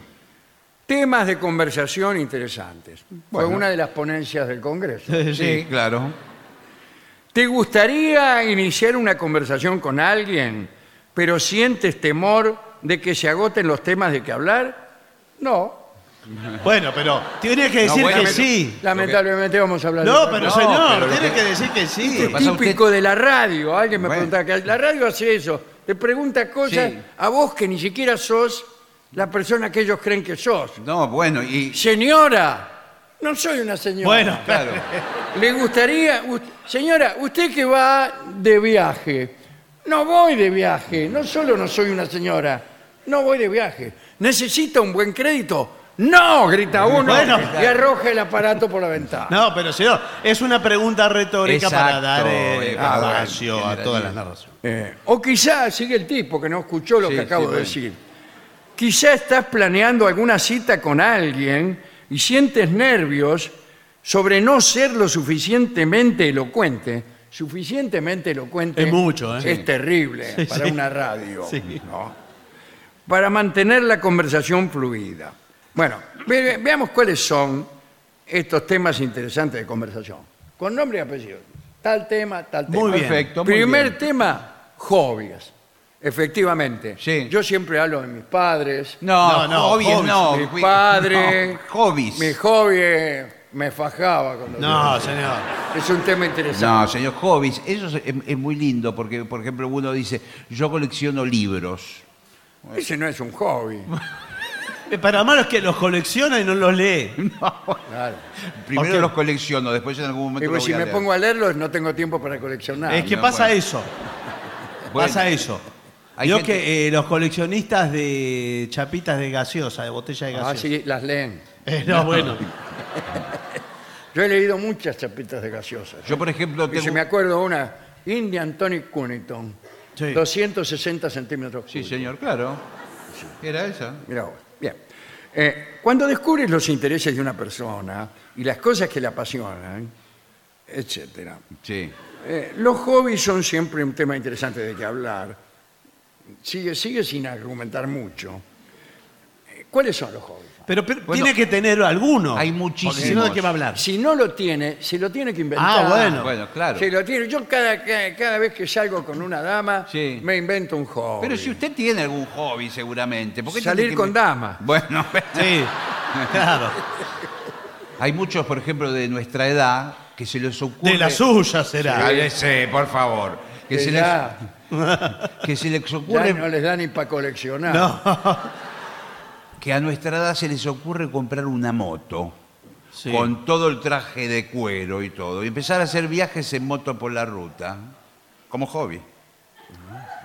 Speaker 1: temas de conversación interesantes. Fue una de las ponencias del Congreso.
Speaker 5: Sí, claro.
Speaker 1: ¿Te gustaría iniciar una conversación con alguien, pero sientes temor de que se agoten los temas de que hablar? No.
Speaker 2: Bueno, pero tiene que decir
Speaker 5: bueno,
Speaker 2: que
Speaker 5: pero-
Speaker 2: sí.
Speaker 1: Lamentablemente vamos a hablar de
Speaker 2: No,
Speaker 1: otra
Speaker 2: pero
Speaker 1: cosa.
Speaker 2: señor,
Speaker 5: pero lo
Speaker 2: tiene
Speaker 5: que-
Speaker 2: que decir que sí.
Speaker 5: pasa usted-
Speaker 1: típico de la radio. Alguien me
Speaker 5: Bueno.
Speaker 1: preguntaba que la radio hace eso, te pregunta cosas
Speaker 5: Sí.
Speaker 1: a vos que ni siquiera sos la persona que ellos creen que sos.
Speaker 5: No, bueno, y.
Speaker 1: Señora, no soy una señora.
Speaker 2: Bueno,
Speaker 5: Claro.
Speaker 1: Le gustaría, u- señora, usted que va de viaje. No voy de viaje, no solo no soy una señora, no voy de viaje. Necesita un buen crédito. No, grita uno
Speaker 2: Bueno.
Speaker 1: y arroja el aparato por la ventana.
Speaker 2: No, pero señor, es una pregunta retórica para
Speaker 5: Exacto,
Speaker 2: dar eh,
Speaker 5: eh,
Speaker 2: espacio
Speaker 5: para-
Speaker 2: a todas las narraciones.
Speaker 1: Eh, o quizás, sigue el tipo que no escuchó lo
Speaker 5: Sí,
Speaker 1: que acabo
Speaker 5: sí,
Speaker 1: de
Speaker 5: bueno.
Speaker 1: decir. Quizás estás planeando alguna cita con alguien y sientes nervios sobre no ser lo suficientemente elocuente, suficientemente elocuente
Speaker 2: Es mucho, ¿eh?
Speaker 1: es
Speaker 2: Sí.
Speaker 1: terrible
Speaker 2: Sí,
Speaker 1: para
Speaker 2: sí.
Speaker 1: una radio.
Speaker 2: Sí.
Speaker 1: ¿no? Para mantener la conversación fluida. Bueno, ve- veamos cuáles son estos temas interesantes de conversación. Con nombre y apellido. Tal tema, tal tema.
Speaker 2: Muy bien.
Speaker 5: Perfecto, muy
Speaker 1: Primer
Speaker 5: bien.
Speaker 1: tema, hobbies. Efectivamente.
Speaker 5: Sí.
Speaker 1: yo siempre hablo de mis padres.
Speaker 5: No,
Speaker 2: No, no,
Speaker 5: hobbies
Speaker 2: hobbies.
Speaker 5: no.
Speaker 1: mi
Speaker 5: cuida-
Speaker 1: padre.
Speaker 5: no, hobbies.
Speaker 1: Mi hobby es- me fajaba con los
Speaker 2: No,
Speaker 1: dedos.
Speaker 2: señor.
Speaker 1: Es un tema interesante.
Speaker 3: No, señor Hobbies, eso es, es- es muy lindo porque, por ejemplo, uno dice, yo colecciono libros.
Speaker 1: Ese no es un hobby.
Speaker 2: Eh, Para malos que los colecciona y no los lee.
Speaker 1: claro.
Speaker 3: Primero
Speaker 2: Ok.
Speaker 3: los colecciono, después en algún momento
Speaker 1: Digo,
Speaker 3: los voy
Speaker 1: pues si me
Speaker 3: a leer.
Speaker 1: pongo a leerlos, no tengo tiempo para coleccionar.
Speaker 2: es que
Speaker 3: no,
Speaker 2: pasa
Speaker 3: bueno.
Speaker 2: eso.
Speaker 3: Bueno,
Speaker 2: Pasa eso.
Speaker 3: Hay
Speaker 2: Yo
Speaker 3: gente-
Speaker 2: que eh, los coleccionistas de chapitas de gaseosa, de botella de gaseosa.
Speaker 1: Ah, sí, las leen.
Speaker 2: Eh, no, bueno.
Speaker 1: Yo he leído muchas chapitas de gaseosas.
Speaker 3: Yo, por ejemplo,
Speaker 1: Y si
Speaker 3: tengo...
Speaker 1: me acuerdo una, Indian Tony Cunnington,
Speaker 2: Sí.
Speaker 1: 260 centímetros
Speaker 3: Sí,
Speaker 1: cúbicos.
Speaker 3: señor, claro. Era esa.
Speaker 1: Mirá vos. Bien. Eh, cuando descubres los intereses de una persona y las cosas que le apasionan, etcétera,
Speaker 3: Sí.
Speaker 1: eh, los hobbies son siempre un tema interesante de que hablar. Sigue, sigue sin argumentar mucho. Eh, ¿Cuáles son los hobbies?
Speaker 2: Pero, pero
Speaker 3: Bueno,
Speaker 2: tiene que tener alguno.
Speaker 3: hay
Speaker 2: Porque si no,
Speaker 3: muchísimos.
Speaker 2: ¿de qué va a hablar?
Speaker 1: Ah, Si no lo tiene, se lo tiene que inventar.
Speaker 2: Ah, bueno.
Speaker 3: Bueno, claro.
Speaker 1: Se lo tiene. Yo cada, cada, cada vez que salgo con una dama,
Speaker 3: Sí.
Speaker 1: me invento un hobby.
Speaker 3: Pero si usted tiene algún hobby, seguramente. ¿por qué tiene
Speaker 1: Salir
Speaker 3: que-
Speaker 1: con damas.
Speaker 3: Bueno,
Speaker 2: Sí, claro.
Speaker 3: hay muchos, por ejemplo, de nuestra edad que se les ocurre...
Speaker 2: De la suya será.
Speaker 5: Cállese, por favor.
Speaker 3: que, se les,
Speaker 1: ya,
Speaker 3: que se les
Speaker 1: ya
Speaker 3: ocurre...
Speaker 1: no les da ni para coleccionar.
Speaker 2: No.
Speaker 3: Que a nuestra edad se les ocurre comprar una moto
Speaker 2: Sí.
Speaker 3: con todo el traje de cuero y todo. Y empezar a hacer viajes en moto por la ruta. Como hobby.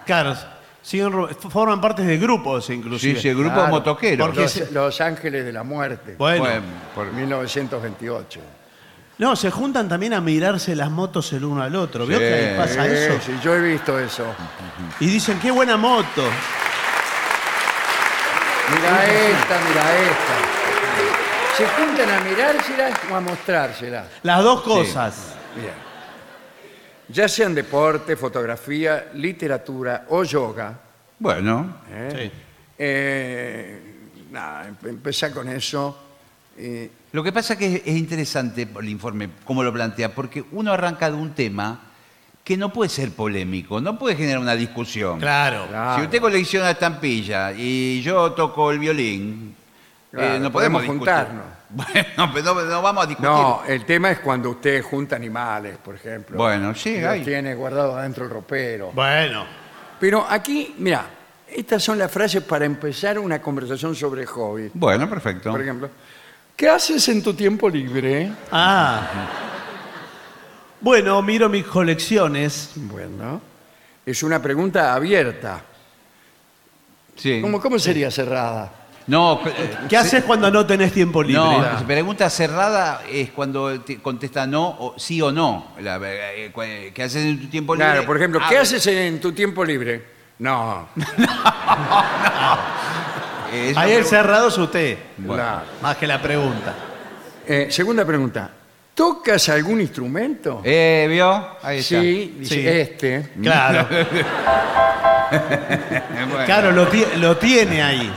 Speaker 2: Claro. siguen ro- forman parte de grupos,
Speaker 3: Sí,
Speaker 2: inclusive.
Speaker 3: sí, el grupo
Speaker 1: Claro.
Speaker 3: motoquero.
Speaker 2: Porque-
Speaker 1: Los,
Speaker 2: se-
Speaker 1: Los Ángeles de la Muerte,
Speaker 2: Bueno.
Speaker 3: Bueno, por-
Speaker 1: 1928.
Speaker 2: No, se juntan también a mirarse las motos el uno al otro. ¿Vio
Speaker 3: Sí.
Speaker 2: que ahí pasa
Speaker 1: Sí,
Speaker 2: eso?
Speaker 1: sí, yo he visto eso.
Speaker 2: Y dicen, qué buena moto.
Speaker 1: Mira esta, mira esta. Se juntan a mirárselas o a mostrárselas.
Speaker 2: Las dos cosas.
Speaker 1: Bien. Ya sean deporte, fotografía, literatura o yoga.
Speaker 3: bueno,
Speaker 1: ¿eh?
Speaker 2: Sí.
Speaker 1: Eh, nada, empe- empezá con eso. eh,
Speaker 3: Lo que pasa es que es- es interesante el informe, cómo lo plantea, porque uno arranca de un tema que no puede ser polémico, no puede generar una discusión.
Speaker 2: Claro.
Speaker 1: claro,
Speaker 3: Si usted colecciona estampilla y yo toco el violín,
Speaker 1: Claro,
Speaker 3: eh, no
Speaker 1: podemos
Speaker 3: podemos, discutir.
Speaker 1: juntarnos.
Speaker 3: Bueno, pero no, no vamos a discutir.
Speaker 1: No, el tema es cuando usted junta animales, por ejemplo.
Speaker 3: Bueno, sí,
Speaker 1: Y
Speaker 3: hay.
Speaker 1: Los tiene guardado adentro el ropero.
Speaker 2: Bueno.
Speaker 1: Pero aquí, mira, estas son las frases para empezar una conversación sobre hobby.
Speaker 3: Bueno, perfecto.
Speaker 1: Por ejemplo, ¿qué haces en tu tiempo libre?
Speaker 2: Ah. Bueno, miro mis colecciones.
Speaker 1: Bueno, es una pregunta abierta.
Speaker 3: Sí.
Speaker 1: ¿Cómo, cómo sería cerrada?
Speaker 3: No, eh,
Speaker 2: ¿Qué haces cuando no tenés tiempo libre?
Speaker 3: no,
Speaker 1: Claro.
Speaker 3: pregunta cerrada es cuando te contesta no, o sí o no. La- eh, cu- eh, ¿Qué haces en tu tiempo libre?
Speaker 1: Claro, por ejemplo, ¿qué
Speaker 3: Ah,
Speaker 1: haces en tu tiempo libre? No,
Speaker 3: eh, es una
Speaker 2: Ahí el
Speaker 3: pregunta-
Speaker 2: cerrado es usted.
Speaker 1: claro.
Speaker 2: Más que la pregunta.
Speaker 1: Eh, segunda pregunta. ¿Tocas algún instrumento?
Speaker 3: Eh, ¿vio? Ahí está.
Speaker 1: sí, dice
Speaker 2: Sí.
Speaker 1: este.
Speaker 2: Claro.
Speaker 3: Eh, bueno.
Speaker 2: Claro, lo, ti- lo tiene ahí.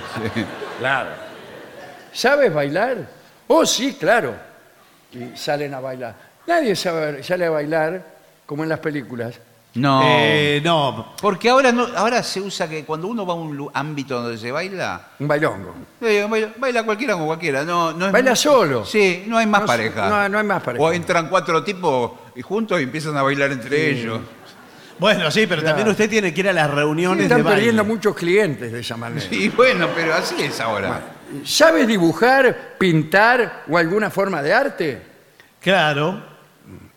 Speaker 1: Claro. ¿Sabes bailar? Oh, sí, claro. Y salen a bailar. Nadie sabe- sale a bailar como en las películas.
Speaker 3: No.
Speaker 2: Eh, no.
Speaker 3: Porque ahora no, ahora se usa que cuando uno va a un lu- ámbito donde se baila,
Speaker 1: Un bailongo.
Speaker 3: eh, baila, baila cualquiera con cualquiera. No, no es-
Speaker 1: Baila solo.
Speaker 3: Sí, no hay más
Speaker 1: No,
Speaker 3: pareja.
Speaker 1: no, no hay más pareja.
Speaker 3: O entran cuatro tipos y juntos y empiezan a bailar entre ellos.
Speaker 2: Bueno, sí, pero también
Speaker 1: Claro.
Speaker 2: usted tiene que ir a las reuniones
Speaker 1: Están
Speaker 2: de baile.
Speaker 1: perdiendo muchos clientes de esa manera.
Speaker 3: Y bueno, pero así es ahora.
Speaker 1: ¿Sabes dibujar, pintar o alguna forma de arte?
Speaker 2: Claro.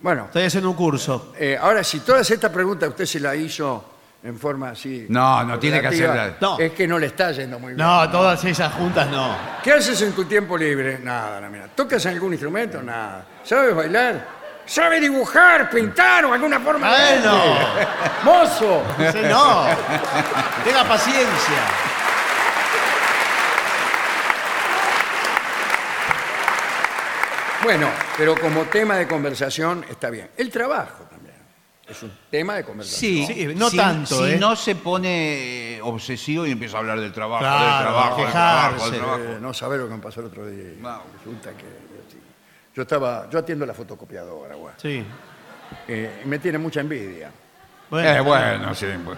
Speaker 1: Bueno,
Speaker 2: Estoy haciendo un curso.
Speaker 1: eh, ahora si todas estas preguntas usted se las hizo en forma así...
Speaker 3: No, no tiene que
Speaker 1: relativa,
Speaker 3: hacerlas.
Speaker 2: No.
Speaker 1: Es que no le está yendo muy bien.
Speaker 2: No, todas esas juntas no.
Speaker 1: ¿Qué haces en tu tiempo libre? Nada, no, mira. ¿Tocas algún instrumento? Nada. ¿Sabes bailar? ¿Sabes dibujar, pintar o alguna forma de arte?
Speaker 2: Bueno.
Speaker 1: ¡Mozo!
Speaker 2: Sí, No. Tenga paciencia.
Speaker 1: Bueno, pero como tema de conversación está bien. El trabajo también. Es un tema de conversación.
Speaker 3: Sí,
Speaker 2: Sí, no
Speaker 3: si-
Speaker 2: tanto,
Speaker 3: Si
Speaker 2: ¿eh?
Speaker 3: no se pone eh, obsesivo y empieza a hablar del trabajo, del
Speaker 2: Claro,
Speaker 3: trabajo, del trabajo,
Speaker 2: quejarse.
Speaker 3: del trabajo.
Speaker 1: Eh, no saber lo que me pasó el otro día.
Speaker 3: No.
Speaker 1: Resulta que eh, yo estaba, yo atiendo la fotocopiadora, güey.
Speaker 2: Sí.
Speaker 1: Eh, y me tiene mucha envidia.
Speaker 5: Eh, bueno, sí. pues.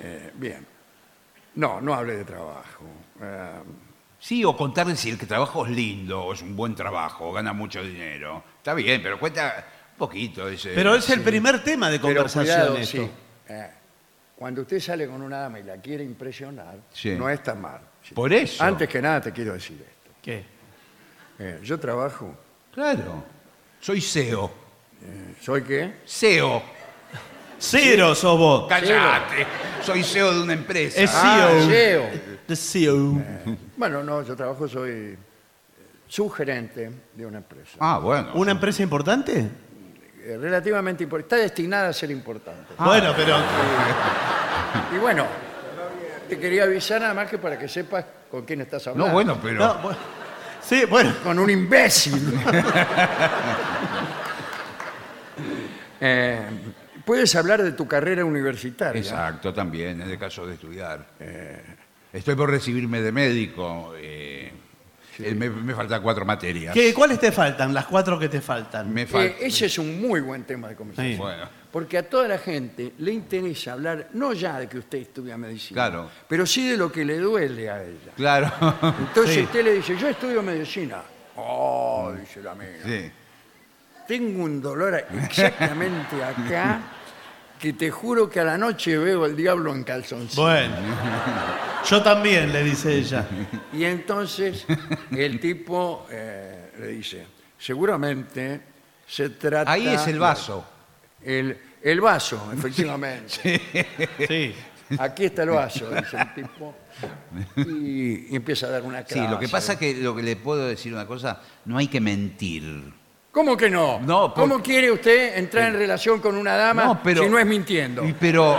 Speaker 1: Eh, bien. No, no hablé de trabajo. Eh,
Speaker 3: Sí, o contarle si el que trabajo es lindo, o es un buen trabajo, o gana mucho dinero. Está bien, pero cuenta un poquito. Ese,
Speaker 2: Pero es el primer tema de
Speaker 1: pero
Speaker 2: conversación
Speaker 1: cuidado,
Speaker 2: esto.
Speaker 1: sí. Eh, cuando usted sale con una dama y la quiere impresionar,
Speaker 3: Sí.
Speaker 1: no está mal. Sí.
Speaker 3: Por eso.
Speaker 1: Antes que nada te quiero decir esto.
Speaker 2: ¿Qué?
Speaker 1: Eh, yo trabajo,
Speaker 3: Claro. Soy E CEO.
Speaker 1: ¿soy qué?
Speaker 3: CEO.
Speaker 2: E Cero sos vos.
Speaker 3: Cállate. Soy CEO de una empresa.
Speaker 2: Es-
Speaker 1: Ah,
Speaker 2: CEO.
Speaker 1: CEO.
Speaker 2: The CEO.
Speaker 1: Bueno, no, yo trabajo, soy eh, subgerente de una empresa.
Speaker 3: Ah, bueno.
Speaker 2: ¿Una empresa importante?
Speaker 1: Eh, Relativamente importante. Está destinada a ser importante.
Speaker 2: Bueno, pero
Speaker 1: Y bueno, te quería avisar nada más que para que sepas con quién estás hablando.
Speaker 3: No, bueno, pero.
Speaker 2: No, bueno. Sí, bueno.
Speaker 1: Con un imbécil. Eh, puedes hablar de tu carrera universitaria.
Speaker 3: Exacto, también, en el caso de estudiar. Eh, Estoy por recibirme de médico. eh, eh, me, me faltan cuatro materias.
Speaker 2: ¿Qué- ¿Cuáles te faltan? Las cuatro que te faltan.
Speaker 3: Me
Speaker 1: Eh,
Speaker 3: falta.
Speaker 1: ese es un muy buen tema de conversación.
Speaker 2: Sí.
Speaker 3: Bueno.
Speaker 1: Porque a toda la gente le interesa hablar, no ya de que usted estudia medicina,
Speaker 3: Claro.
Speaker 1: pero sí de lo que le duele a ella.
Speaker 3: Claro.
Speaker 1: Entonces
Speaker 2: Sí.
Speaker 1: usted le dice, yo estudio medicina. Oh, dice la amiga.
Speaker 3: Mm. sí.
Speaker 1: Tengo un dolor exactamente acá que te juro que a la noche veo al diablo en calzoncillo.
Speaker 2: Bueno. Yo también, le dice ella.
Speaker 1: Y entonces el tipo eh, le dice, seguramente se trata...
Speaker 3: Ahí es el vaso.
Speaker 1: El, el vaso, efectivamente.
Speaker 2: Sí.
Speaker 1: Aquí está el vaso, dice el tipo. Y, y empieza a dar una
Speaker 3: Sí,
Speaker 1: clase.
Speaker 3: lo que pasa es que lo que le puedo decir una cosa, no hay que mentir.
Speaker 1: ¿Cómo que no?
Speaker 3: No, por-
Speaker 1: ¿Cómo quiere usted entrar en relación con una dama
Speaker 3: No, pero-
Speaker 1: si no es mintiendo?
Speaker 3: Y Pero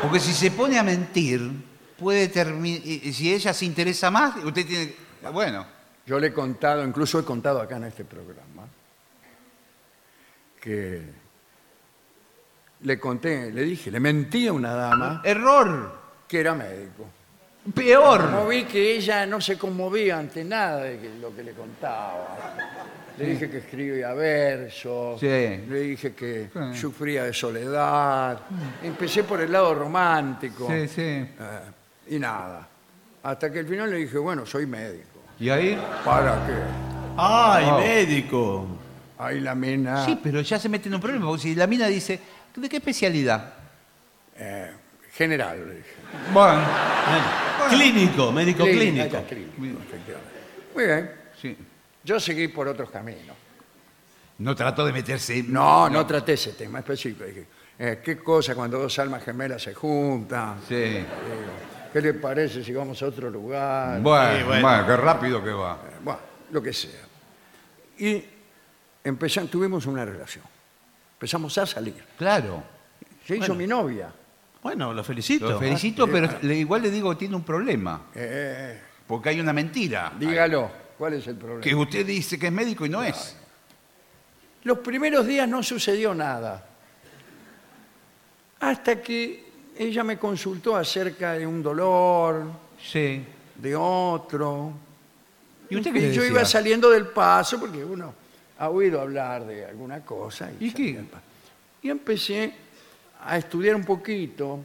Speaker 3: porque si se pone a mentir, puede terminar si ella se interesa más, usted tiene bueno,
Speaker 1: Yo le he contado, incluso he contado acá en este programa, que le conté, le dije, le mentí a una dama
Speaker 3: error,
Speaker 1: que era médico.
Speaker 3: peor.
Speaker 1: No vi que ella no se conmovía ante nada de que- lo que le contaba. Le dije que escribía versos,
Speaker 3: Sí.
Speaker 1: le dije que sufría de soledad. Empecé por el lado romántico
Speaker 3: sí.
Speaker 1: eh, y nada. Hasta que al final le dije, bueno, soy médico.
Speaker 3: Y ahí
Speaker 1: ¿Para qué?
Speaker 2: ¡Ay, médico!
Speaker 1: Ahí la mina...
Speaker 3: sí, pero ya se mete en un problema, porque si la mina dice, ¿de qué especialidad?
Speaker 1: Eh, general, le dije.
Speaker 3: Bueno,
Speaker 2: Clínico, médico
Speaker 1: Clínica,
Speaker 2: clínico.
Speaker 1: clínico, efectivamente. Muy bien.
Speaker 3: sí.
Speaker 1: Yo seguí por otros caminos.
Speaker 3: No trató de meterse.
Speaker 1: No, no traté ese tema específico. Dije, eh, ¿qué cosa cuando dos almas gemelas se juntan?
Speaker 3: Sí.
Speaker 1: ¿Qué le parece si vamos a otro lugar?
Speaker 3: Bueno,
Speaker 2: Sí, bueno.
Speaker 3: bueno, qué rápido que va.
Speaker 1: Bueno, lo que sea. Y empezamos, tuvimos una relación. Empezamos a salir.
Speaker 3: Claro.
Speaker 1: Se hizo
Speaker 2: Bueno.
Speaker 1: mi novia.
Speaker 2: Bueno, lo felicito.
Speaker 3: Lo felicito, pero le- igual le digo, tiene un problema,
Speaker 1: Eh,
Speaker 3: porque hay una mentira.
Speaker 1: dígalo, ¿cuál es el problema?
Speaker 3: Que usted dice que es médico y no es.
Speaker 1: Los primeros días no sucedió nada. Hasta que ella me consultó acerca de un dolor,
Speaker 3: Sí.
Speaker 1: de otro.
Speaker 3: ¿Y usted qué le
Speaker 1: yo
Speaker 3: decía?
Speaker 1: iba saliendo del paso porque uno ha oído hablar de alguna cosa. Y,
Speaker 3: ¿Y
Speaker 1: salía
Speaker 3: qué?
Speaker 1: del paso. Y empecé a estudiar un poquito.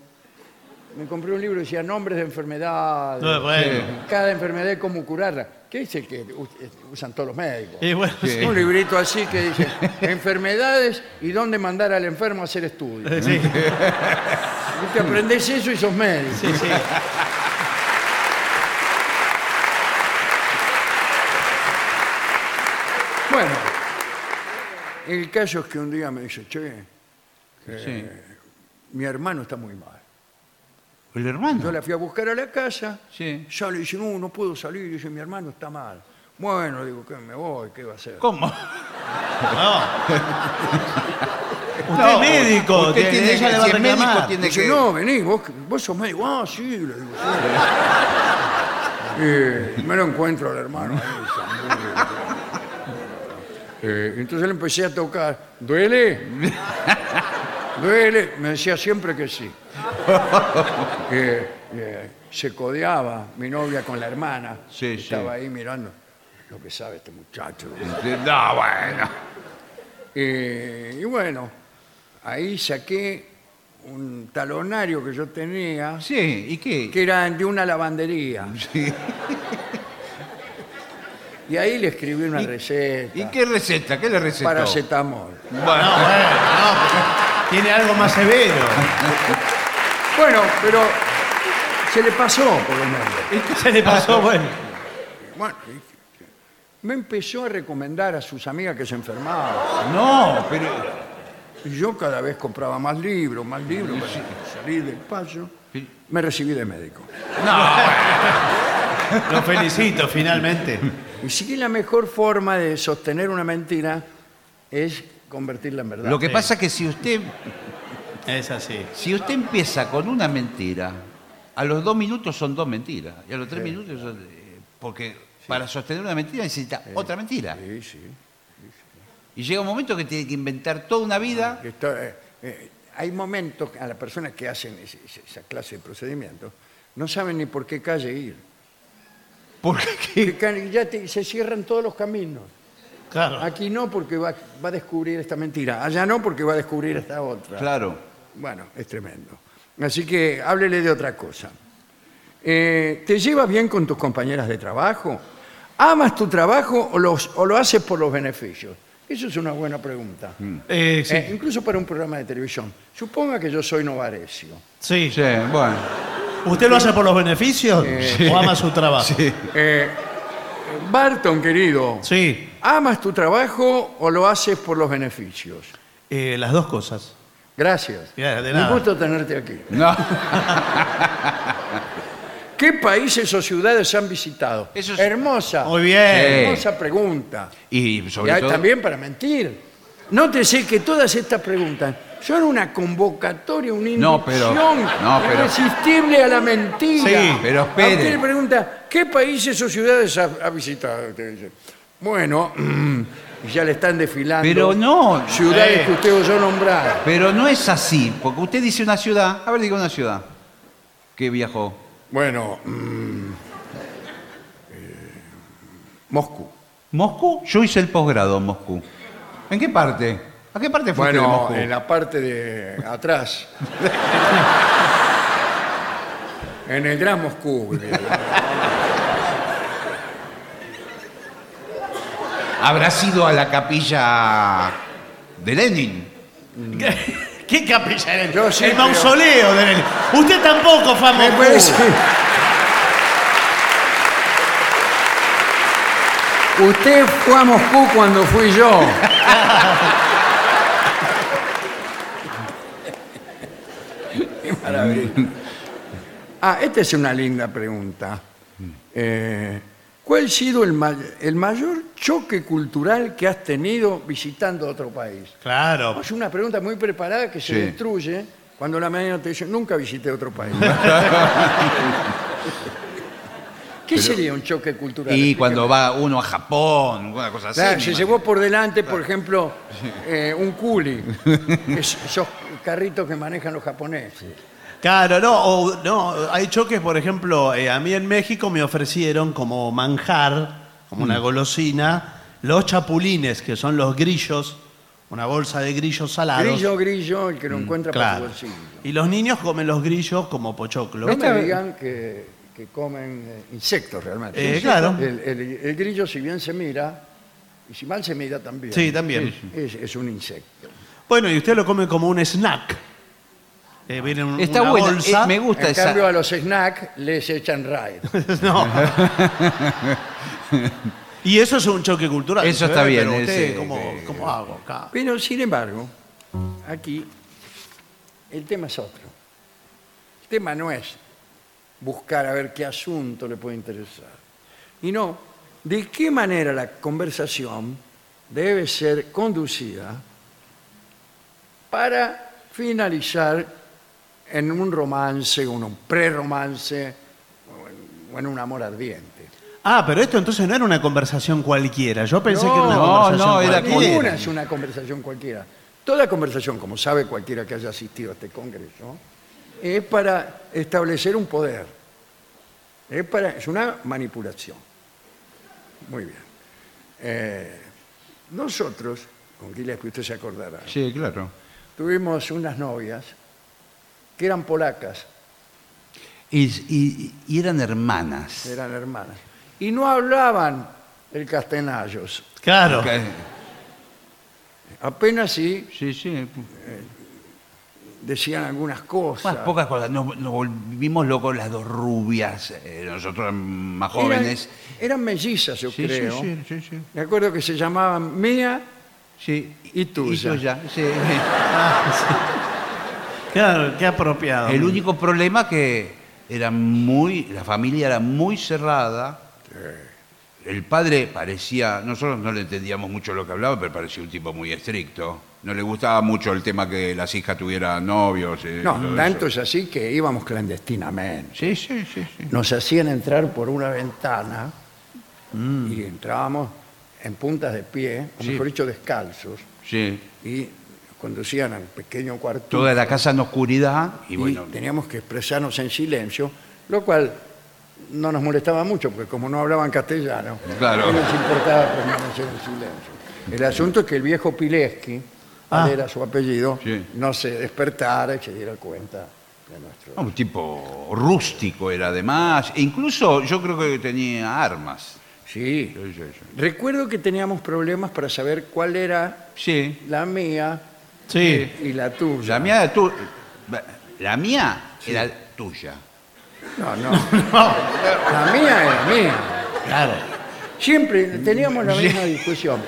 Speaker 1: Me compré un libro que decía nombres de enfermedades.
Speaker 3: Ah,
Speaker 2: No, bueno.
Speaker 1: Cada enfermedad y cómo curarla. ¿Qué es el que us- usan todos los médicos?
Speaker 3: Eh,
Speaker 2: Y bueno,
Speaker 3: Sí.
Speaker 1: Un librito así que dice enfermedades y dónde mandar al enfermo a hacer estudios.
Speaker 2: sí, sí,
Speaker 1: Y te aprendes eso y sos médico.
Speaker 2: sí, sí.
Speaker 1: Bueno, el caso es que un día me dice, che,
Speaker 3: Sí.
Speaker 1: mi hermano está muy mal.
Speaker 3: ¿El
Speaker 1: Yo
Speaker 3: hermano?
Speaker 1: la fui a buscar a la casa,
Speaker 3: Sí.
Speaker 1: ya le dice, no, no puedo salir, dice, mi hermano está mal. Bueno, digo, que me voy, ¿qué va a hacer?
Speaker 3: ¿Cómo?
Speaker 2: Usted es médico,
Speaker 3: usted
Speaker 2: tiene-
Speaker 3: tiene-
Speaker 2: ella le va a
Speaker 3: si es médico,
Speaker 2: reclamar.
Speaker 3: tiene-
Speaker 1: Dice,
Speaker 3: que-
Speaker 1: no, vení, vos, vos sos médico. Ah, sí, Eh, le digo, sí. Y me lo encuentro al hermano. ahí, Eh, entonces le empecé a tocar. ¿Duele? ¿Duele? Me decía siempre que sí. Eh, eh, se codeaba mi novia con la hermana.
Speaker 3: Sí, sí.
Speaker 1: Estaba ahí mirando lo que sabe este muchacho.
Speaker 3: No, bueno.
Speaker 1: Eh, y bueno, ahí saqué un talonario que yo tenía,
Speaker 3: Sí, ¿y qué?
Speaker 1: que era de una lavandería. Y ahí le escribí una receta.
Speaker 3: ¿Y qué receta? ¿Qué le recetó?
Speaker 1: Paracetamol.
Speaker 2: No,
Speaker 3: Bueno,
Speaker 2: bueno, no. Tiene algo más severo.
Speaker 1: Bueno, pero se le pasó, por lo menos.
Speaker 2: ¿Y qué se le pasó? Bueno.
Speaker 1: Bueno, y- me empezó a recomendar a sus amigas que se enfermaban.
Speaker 3: no, pero...
Speaker 1: Y yo cada vez compraba más libros, más libros para salir del paso.
Speaker 3: Sí.
Speaker 1: Me recibí de médico.
Speaker 2: Lo felicito finalmente.
Speaker 1: Y sí que la mejor forma de sostener una mentira es convertirla en verdad.
Speaker 3: Lo que pasa es que si usted,
Speaker 2: Es así.
Speaker 3: si usted empieza con una mentira, a los dos minutos son dos mentiras. Y a los tres minutos son, eh, Porque para sostener una mentira necesita otra mentira.
Speaker 1: Sí, sí.
Speaker 3: Y llega un momento que tiene que inventar toda una vida.
Speaker 1: Que esto, eh, eh, hay momentos que a las personas que hacen ese- ese- esa clase de procedimientos no saben ni por qué calle ir.
Speaker 3: Porque
Speaker 1: Que ca- Ya te- se cierran todos los caminos.
Speaker 2: Claro. Eh,
Speaker 1: Aquí no porque va, va a descubrir esta mentira. Allá no porque va a descubrir esta otra.
Speaker 3: Claro.
Speaker 1: Bueno, es tremendo. Así que háblele de otra cosa. Eh, ¿Te llevas bien con tus compañeras de trabajo? ¿Amas tu trabajo o, los- o lo haces por los beneficios? Eso es una buena pregunta.
Speaker 2: Eh, sí.
Speaker 1: Eh, incluso para un programa de televisión. Suponga que yo soy Novarecio.
Speaker 2: sí.
Speaker 3: Sí, bueno.
Speaker 2: ¿Usted lo hace por los beneficios o ama su trabajo? Sí.
Speaker 1: Eh, Barton, querido, ¿amas tu trabajo o lo haces por los beneficios?
Speaker 2: Eh, las dos cosas.
Speaker 1: Gracias.
Speaker 2: Ya, de
Speaker 1: Un
Speaker 2: nada.
Speaker 1: gusto tenerte aquí.
Speaker 3: No.
Speaker 1: ¿Qué países o ciudades han visitado?
Speaker 3: Eso es-
Speaker 1: Hermosa.
Speaker 2: Muy bien.
Speaker 1: Hermosa pregunta.
Speaker 3: Y
Speaker 1: Y
Speaker 3: sobre
Speaker 1: hay
Speaker 3: todo.
Speaker 1: también para mentir. Nótese que todas estas preguntas son una convocatoria, una
Speaker 3: No, pero-
Speaker 1: inducción
Speaker 3: no, pero-
Speaker 1: irresistible a la mentira.
Speaker 2: Sí,
Speaker 3: pero
Speaker 1: A usted
Speaker 3: espere.
Speaker 1: le pregunta, ¿qué países o ciudades ha, ha visitado? Usted dice, bueno, y ya le están desfilando.
Speaker 3: Pero no.
Speaker 1: Ciudades
Speaker 2: Eh.
Speaker 1: que usted oyó nombrar.
Speaker 3: Pero no es así. Porque usted dice una ciudad. A ver, diga una ciudad. Que viajó.
Speaker 1: Bueno, mm, eh, Moscú.
Speaker 3: ¿Moscú? Yo hice el posgrado en Moscú. ¿En qué parte? ¿A qué parte fue usted de
Speaker 1: Bueno,
Speaker 3: Moscú?
Speaker 1: en la parte de atrás. en el Gran Moscú. vivía.
Speaker 3: ¿Habrá sido a la capilla de Lenin?
Speaker 2: ¿Qué capilla era?
Speaker 1: Yo sí,
Speaker 2: el
Speaker 1: pero-
Speaker 2: mausoleo de Lenin. Usted tampoco fue a
Speaker 1: Me
Speaker 2: Moscú.
Speaker 1: parece- Usted fue a Moscú cuando fui yo. Qué maravilla. Ah, esta es una linda pregunta. Eh, ¿Cuál ha sido el, ma- el mayor choque cultural que has tenido visitando otro país?
Speaker 2: Claro.
Speaker 1: Es una pregunta muy preparada que se
Speaker 3: Sí.
Speaker 1: destruye cuando la mañana te dice, nunca visité otro país. ¿Qué sería un choque cultural?
Speaker 3: Y
Speaker 1: Explíqueme.
Speaker 3: cuando va uno a Japón, una cosa así.
Speaker 1: Claro,
Speaker 3: me
Speaker 1: se
Speaker 3: imagino.
Speaker 1: llevó por delante, por ejemplo, eh, un culi, es- esos carritos que manejan los japoneses.
Speaker 2: Claro, no, o- no, hay choques, por ejemplo, eh, a mí en México me ofrecieron como manjar, como
Speaker 1: Mm.
Speaker 2: una golosina, los chapulines, que son los grillos, una bolsa de grillos salados.
Speaker 1: Grillo, grillo, el que lo encuentra
Speaker 2: claro.
Speaker 1: para su bolsillo.
Speaker 2: Y los niños comen los grillos como pochoclo.
Speaker 1: No me digan que, que comen eh, insectos realmente.
Speaker 2: Eh, claro.
Speaker 1: El, el- el grillo, si bien se mira, y si mal se mira también,
Speaker 2: Sí, también.
Speaker 1: es- es un insecto.
Speaker 2: Bueno, y usted lo come como un snack. Eh, viene un-
Speaker 3: Está
Speaker 2: una
Speaker 3: buena,
Speaker 2: bolsa.
Speaker 3: eh, me gusta
Speaker 1: En
Speaker 3: esa.
Speaker 1: cambio, a los snacks les echan raid.
Speaker 2: No. y eso es un choque cultural.
Speaker 3: Eso está
Speaker 2: ¿eh?
Speaker 3: bien,
Speaker 2: Pero usted,
Speaker 3: ese-
Speaker 2: ¿cómo, cómo hago acá?
Speaker 1: Pero, sin embargo, aquí el tema es otro. El tema no es buscar a ver qué asunto le puede interesar. Y no, de qué manera la conversación debe ser conducida para finalizar en un romance, un pre-romance o en- o en un amor ardiente.
Speaker 2: Ah, pero esto entonces no era una conversación cualquiera. Yo pensé que era una
Speaker 3: No,
Speaker 2: conversación
Speaker 3: no, era
Speaker 2: cualquiera.
Speaker 3: con-
Speaker 1: Ninguna es una conversación cualquiera. Toda conversación, como sabe cualquiera que haya asistido a este congreso, es para establecer un poder. Es, para, es una manipulación. Muy bien. Eh, nosotros, con Giles, que usted se acordará,
Speaker 3: Sí, claro.
Speaker 1: tuvimos unas novias que eran polacas,
Speaker 3: Y, y- y eran hermanas.
Speaker 1: eran hermanas, y no hablaban el castellano.
Speaker 2: Claro.
Speaker 1: Apenas sí
Speaker 3: Sí, sí.
Speaker 1: decían algunas
Speaker 3: Más
Speaker 1: cosas.
Speaker 3: pocas cosas. Nos, nos volvimos locos las dos rubias, eh, nosotros más
Speaker 1: Eran-
Speaker 3: jóvenes.
Speaker 1: Eran, mellizas, yo
Speaker 3: Sí, sí,
Speaker 1: creo.
Speaker 3: sí, sí, sí.
Speaker 1: Me acuerdo que se llamaban Mía
Speaker 3: Sí.
Speaker 1: y Tuya.
Speaker 3: sí.
Speaker 2: Claro, qué
Speaker 1: Ah.
Speaker 2: apropiado.
Speaker 3: El único problema que era muy, la familia era muy cerrada. El padre parecía, nosotros no le entendíamos mucho lo que hablaba, pero parecía un tipo muy estricto. No le gustaba mucho el tema que las hijas tuvieran novios. eh,
Speaker 1: No,
Speaker 3: todo eso.
Speaker 1: tanto es así que íbamos clandestinamente.
Speaker 3: Sí, sí, sí, sí.
Speaker 1: Nos hacían entrar por una ventana y entrábamos en puntas de pie, o
Speaker 3: Mm. Sí.
Speaker 1: mejor dicho, descalzos,
Speaker 3: Sí.
Speaker 1: y nos conducían al pequeño cuarto.
Speaker 3: Toda la casa en oscuridad y
Speaker 1: y
Speaker 3: bueno.
Speaker 1: teníamos que expresarnos en silencio, lo cual no nos molestaba mucho, porque como no hablaban castellano,
Speaker 3: Claro.
Speaker 1: no nos importaba permanecer en silencio. El asunto es que el viejo Pileski,
Speaker 2: Ah.
Speaker 1: cuál era su apellido,
Speaker 3: Sí.
Speaker 1: no se despertara y se diera cuenta de
Speaker 3: No,
Speaker 1: nuestro...
Speaker 3: Ah, Un tipo rústico era además. E incluso yo creo que tenía armas.
Speaker 1: Sí.
Speaker 3: Sí, sí, sí.
Speaker 1: Recuerdo que teníamos problemas para saber cuál era
Speaker 3: Sí.
Speaker 1: la mía
Speaker 2: Sí.
Speaker 1: y la tuya.
Speaker 3: La mía era tu- La mía era tuya.
Speaker 1: No, no. La mía era mía.
Speaker 2: Claro.
Speaker 1: Siempre teníamos la misma discusión.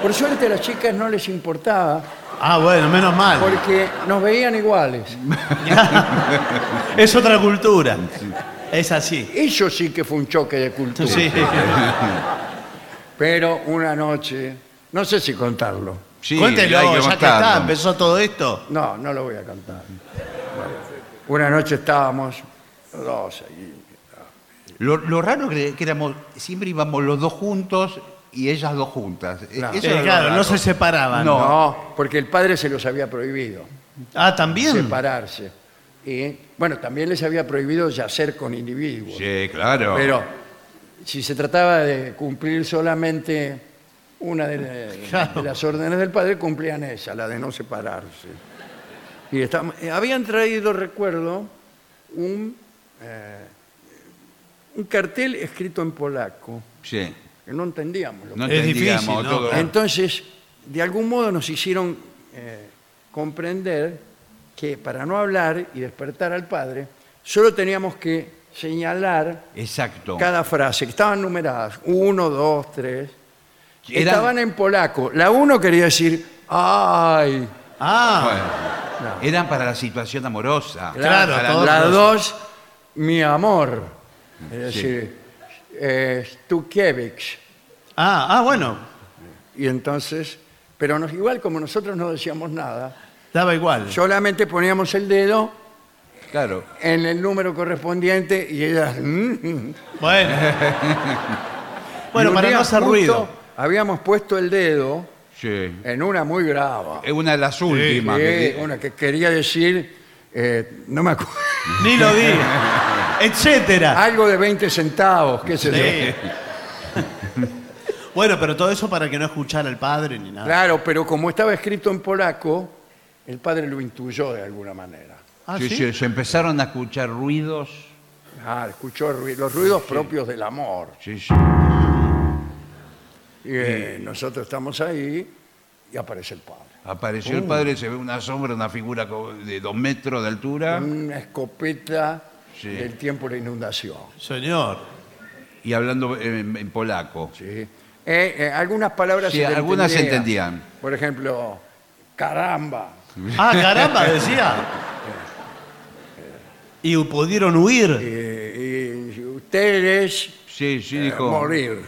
Speaker 1: Por suerte a las chicas no les importaba
Speaker 2: Ah, bueno, menos mal.
Speaker 1: porque nos veían iguales.
Speaker 2: Es otra cultura. Es así.
Speaker 1: Eso sí que fue un choque de cultura.
Speaker 2: Sí.
Speaker 1: Pero una noche, no sé si contarlo.
Speaker 3: Sí,
Speaker 2: Cuéntelo,
Speaker 3: hay que
Speaker 2: ya que
Speaker 3: contarlo.
Speaker 2: está, empezó todo esto.
Speaker 1: No, no lo voy a contar. Bueno, una noche estábamos los dos ahí.
Speaker 3: Lo, lo raro que, que éramos, siempre íbamos los dos juntos y ellas dos juntas. E-
Speaker 1: Claro.
Speaker 3: Eso
Speaker 2: Eh,
Speaker 3: era lo
Speaker 2: claro,
Speaker 3: raro.
Speaker 2: no se separaban.
Speaker 3: No.
Speaker 1: No, porque el padre se los había prohibido
Speaker 2: Ah, también.
Speaker 1: separarse. Y bueno, también les había prohibido yacer con individuos.
Speaker 3: Sí, claro.
Speaker 1: Pero si se trataba de cumplir solamente una de, la-
Speaker 2: Claro.
Speaker 1: de las órdenes del padre, cumplían esa, la de no separarse. Y estábamos- eh, habían traído, recuerdo, un, eh, un cartel escrito en polaco,
Speaker 3: Sí.
Speaker 1: que no entendíamos. lo
Speaker 3: No
Speaker 1: que-
Speaker 2: Es
Speaker 3: entendíamos
Speaker 2: difícil, ¿no?
Speaker 3: todo.
Speaker 2: Claro.
Speaker 1: Entonces, de algún modo nos hicieron eh, comprender que para no hablar y despertar al padre, solo teníamos que señalar
Speaker 3: Exacto.
Speaker 1: cada frase, que estaban numeradas, uno, dos, tres.
Speaker 3: Eran-
Speaker 1: Estaban en polaco. La uno quería decir, ay.
Speaker 2: Ah,
Speaker 3: Bueno, Eran para la situación amorosa.
Speaker 2: Claro,
Speaker 3: Para-
Speaker 2: todo-
Speaker 1: La
Speaker 2: Todos. Mm,
Speaker 1: dos, mi amor. Es decir, eh, Stukiewicz.
Speaker 2: ah, ah, bueno.
Speaker 1: Y entonces, pero nos, igual como nosotros no decíamos nada,
Speaker 2: Daba igual.
Speaker 1: solamente poníamos el dedo
Speaker 3: Claro.
Speaker 1: en el número correspondiente y ellas... mm, mm.
Speaker 2: Bueno.
Speaker 1: Y
Speaker 2: bueno,
Speaker 1: un
Speaker 2: para
Speaker 1: día
Speaker 2: no hacer
Speaker 1: justo
Speaker 2: ruido.
Speaker 1: Habíamos puesto el dedo
Speaker 3: Sí.
Speaker 1: en una muy brava.
Speaker 3: Es una de las últimas.
Speaker 1: Sí,
Speaker 3: que-
Speaker 1: una que quería decir, eh, no me acuerdo,
Speaker 2: Ni lo diga. Etcétera.
Speaker 1: algo de 20 centavos, qué sé yo.
Speaker 2: Sí. Bueno, pero todo eso para que no escuchara al padre ni nada.
Speaker 1: Claro, pero como estaba escrito en polaco, el padre lo intuyó de alguna manera.
Speaker 2: Ah,
Speaker 3: Sí,
Speaker 2: ¿sí?
Speaker 3: sí, se empezaron a escuchar ruidos.
Speaker 1: Ah, escuchó ru- los ruidos propios del amor.
Speaker 3: Sí, sí.
Speaker 1: Y, eh, nosotros estamos ahí y aparece el padre.
Speaker 3: Apareció
Speaker 1: Uh.
Speaker 3: el padre, se ve una sombra, una figura co- de dos metros de altura.
Speaker 1: Una escopeta
Speaker 3: Ah. Sí.
Speaker 1: del tiempo de la inundación.
Speaker 2: Señor.
Speaker 3: y hablando en, en polaco.
Speaker 1: Sí. Eh, eh, algunas palabras
Speaker 3: Sí,
Speaker 1: se le
Speaker 3: algunas se
Speaker 1: entendían.
Speaker 3: entendían.
Speaker 1: Por ejemplo, caramba.
Speaker 2: Ah, caramba, decía. Y pudieron huir.
Speaker 1: Eh, y ustedes
Speaker 3: Sí, sí,
Speaker 1: eh,
Speaker 3: dijo.
Speaker 1: morir.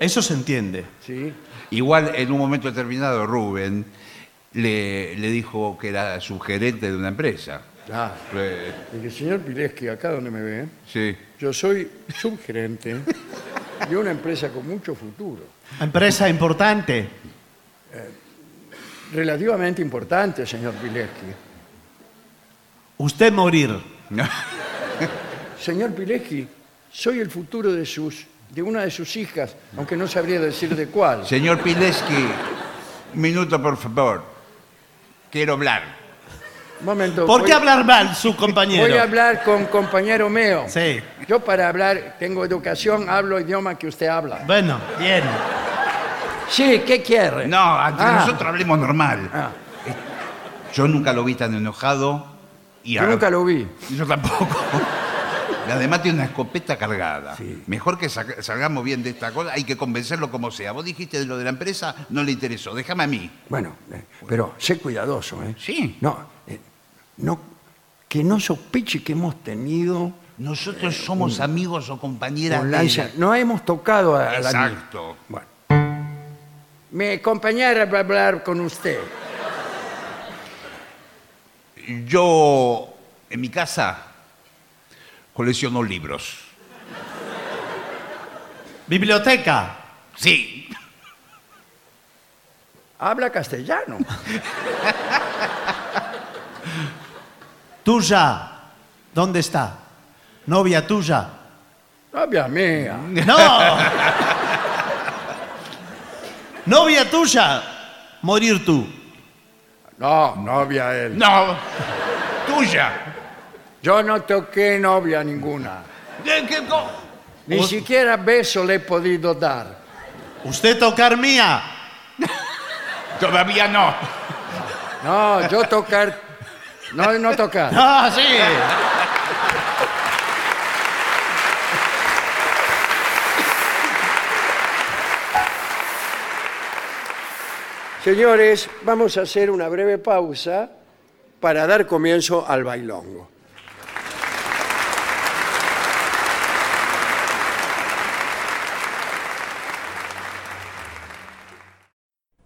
Speaker 2: Eso se entiende.
Speaker 1: ¿sí?
Speaker 3: Igual en un momento determinado Rubén le, le dijo que era subgerente de una empresa.
Speaker 1: Claro.
Speaker 3: Eh,
Speaker 1: Ah, El señor Pileski, acá donde me ve,
Speaker 3: sí.
Speaker 1: yo soy subgerente de una empresa con mucho futuro,
Speaker 2: Empresa importante.
Speaker 1: relativamente importante, señor Pileski.
Speaker 2: Usted morir.
Speaker 1: Señor Pileski, soy el futuro de sus de una de sus hijas, aunque no sabría decir de cuál.
Speaker 3: Señor Pileski, un minuto, por favor. Quiero hablar.
Speaker 1: Un Momento.
Speaker 2: ¿Por
Speaker 1: voy-
Speaker 2: qué hablar mal su
Speaker 1: Voy a
Speaker 2: compañero?
Speaker 1: hablar con compañero mío.
Speaker 2: Sí.
Speaker 1: Yo para hablar tengo educación, hablo idioma que usted habla.
Speaker 2: Bueno, bien.
Speaker 1: Sí, ¿qué quiere?
Speaker 3: No, ante
Speaker 1: Ah,
Speaker 3: nosotros hablemos normal.
Speaker 1: ah,
Speaker 3: Yo nunca lo vi tan enojado. Y
Speaker 1: yo
Speaker 3: ahora-
Speaker 1: nunca lo vi.
Speaker 3: Yo tampoco. Y Además tiene una escopeta cargada. Mejor que saca- salgamos bien de esta cosa. Hay que convencerlo como sea. Vos dijiste de lo de la empresa, no le interesó. Déjame a mí.
Speaker 1: Bueno, eh, pero sé cuidadoso, ¿eh?
Speaker 3: Sí.
Speaker 1: No, eh, no, que no sospeche que hemos tenido
Speaker 3: Nosotros somos amigos o compañeras.
Speaker 1: con
Speaker 3: de
Speaker 1: Lancia.
Speaker 3: ella.
Speaker 1: No hemos tocado a la
Speaker 3: Exacto.
Speaker 1: Bueno. Mi compañera va a hablar con usted.
Speaker 3: Yo, en mi casa, colecciono libros.
Speaker 2: Biblioteca.
Speaker 3: Sí.
Speaker 1: Habla castellano.
Speaker 2: Tuya. ¿Dónde está? Novia tuya.
Speaker 1: Novia mía.
Speaker 2: No. Novia tuya. Morir tú.
Speaker 1: No, novia él.
Speaker 3: No. Tuya.
Speaker 1: Yo no toqué novia ninguna.
Speaker 3: ¿De qué co-
Speaker 1: Ni siquiera beso le he podido dar.
Speaker 2: Usted tocar mía.
Speaker 3: Todavía no.
Speaker 1: No, yo tocar. No, no tocar.
Speaker 2: Ah, sí.
Speaker 1: Señores, vamos a hacer una breve pausa para dar comienzo al bailongo.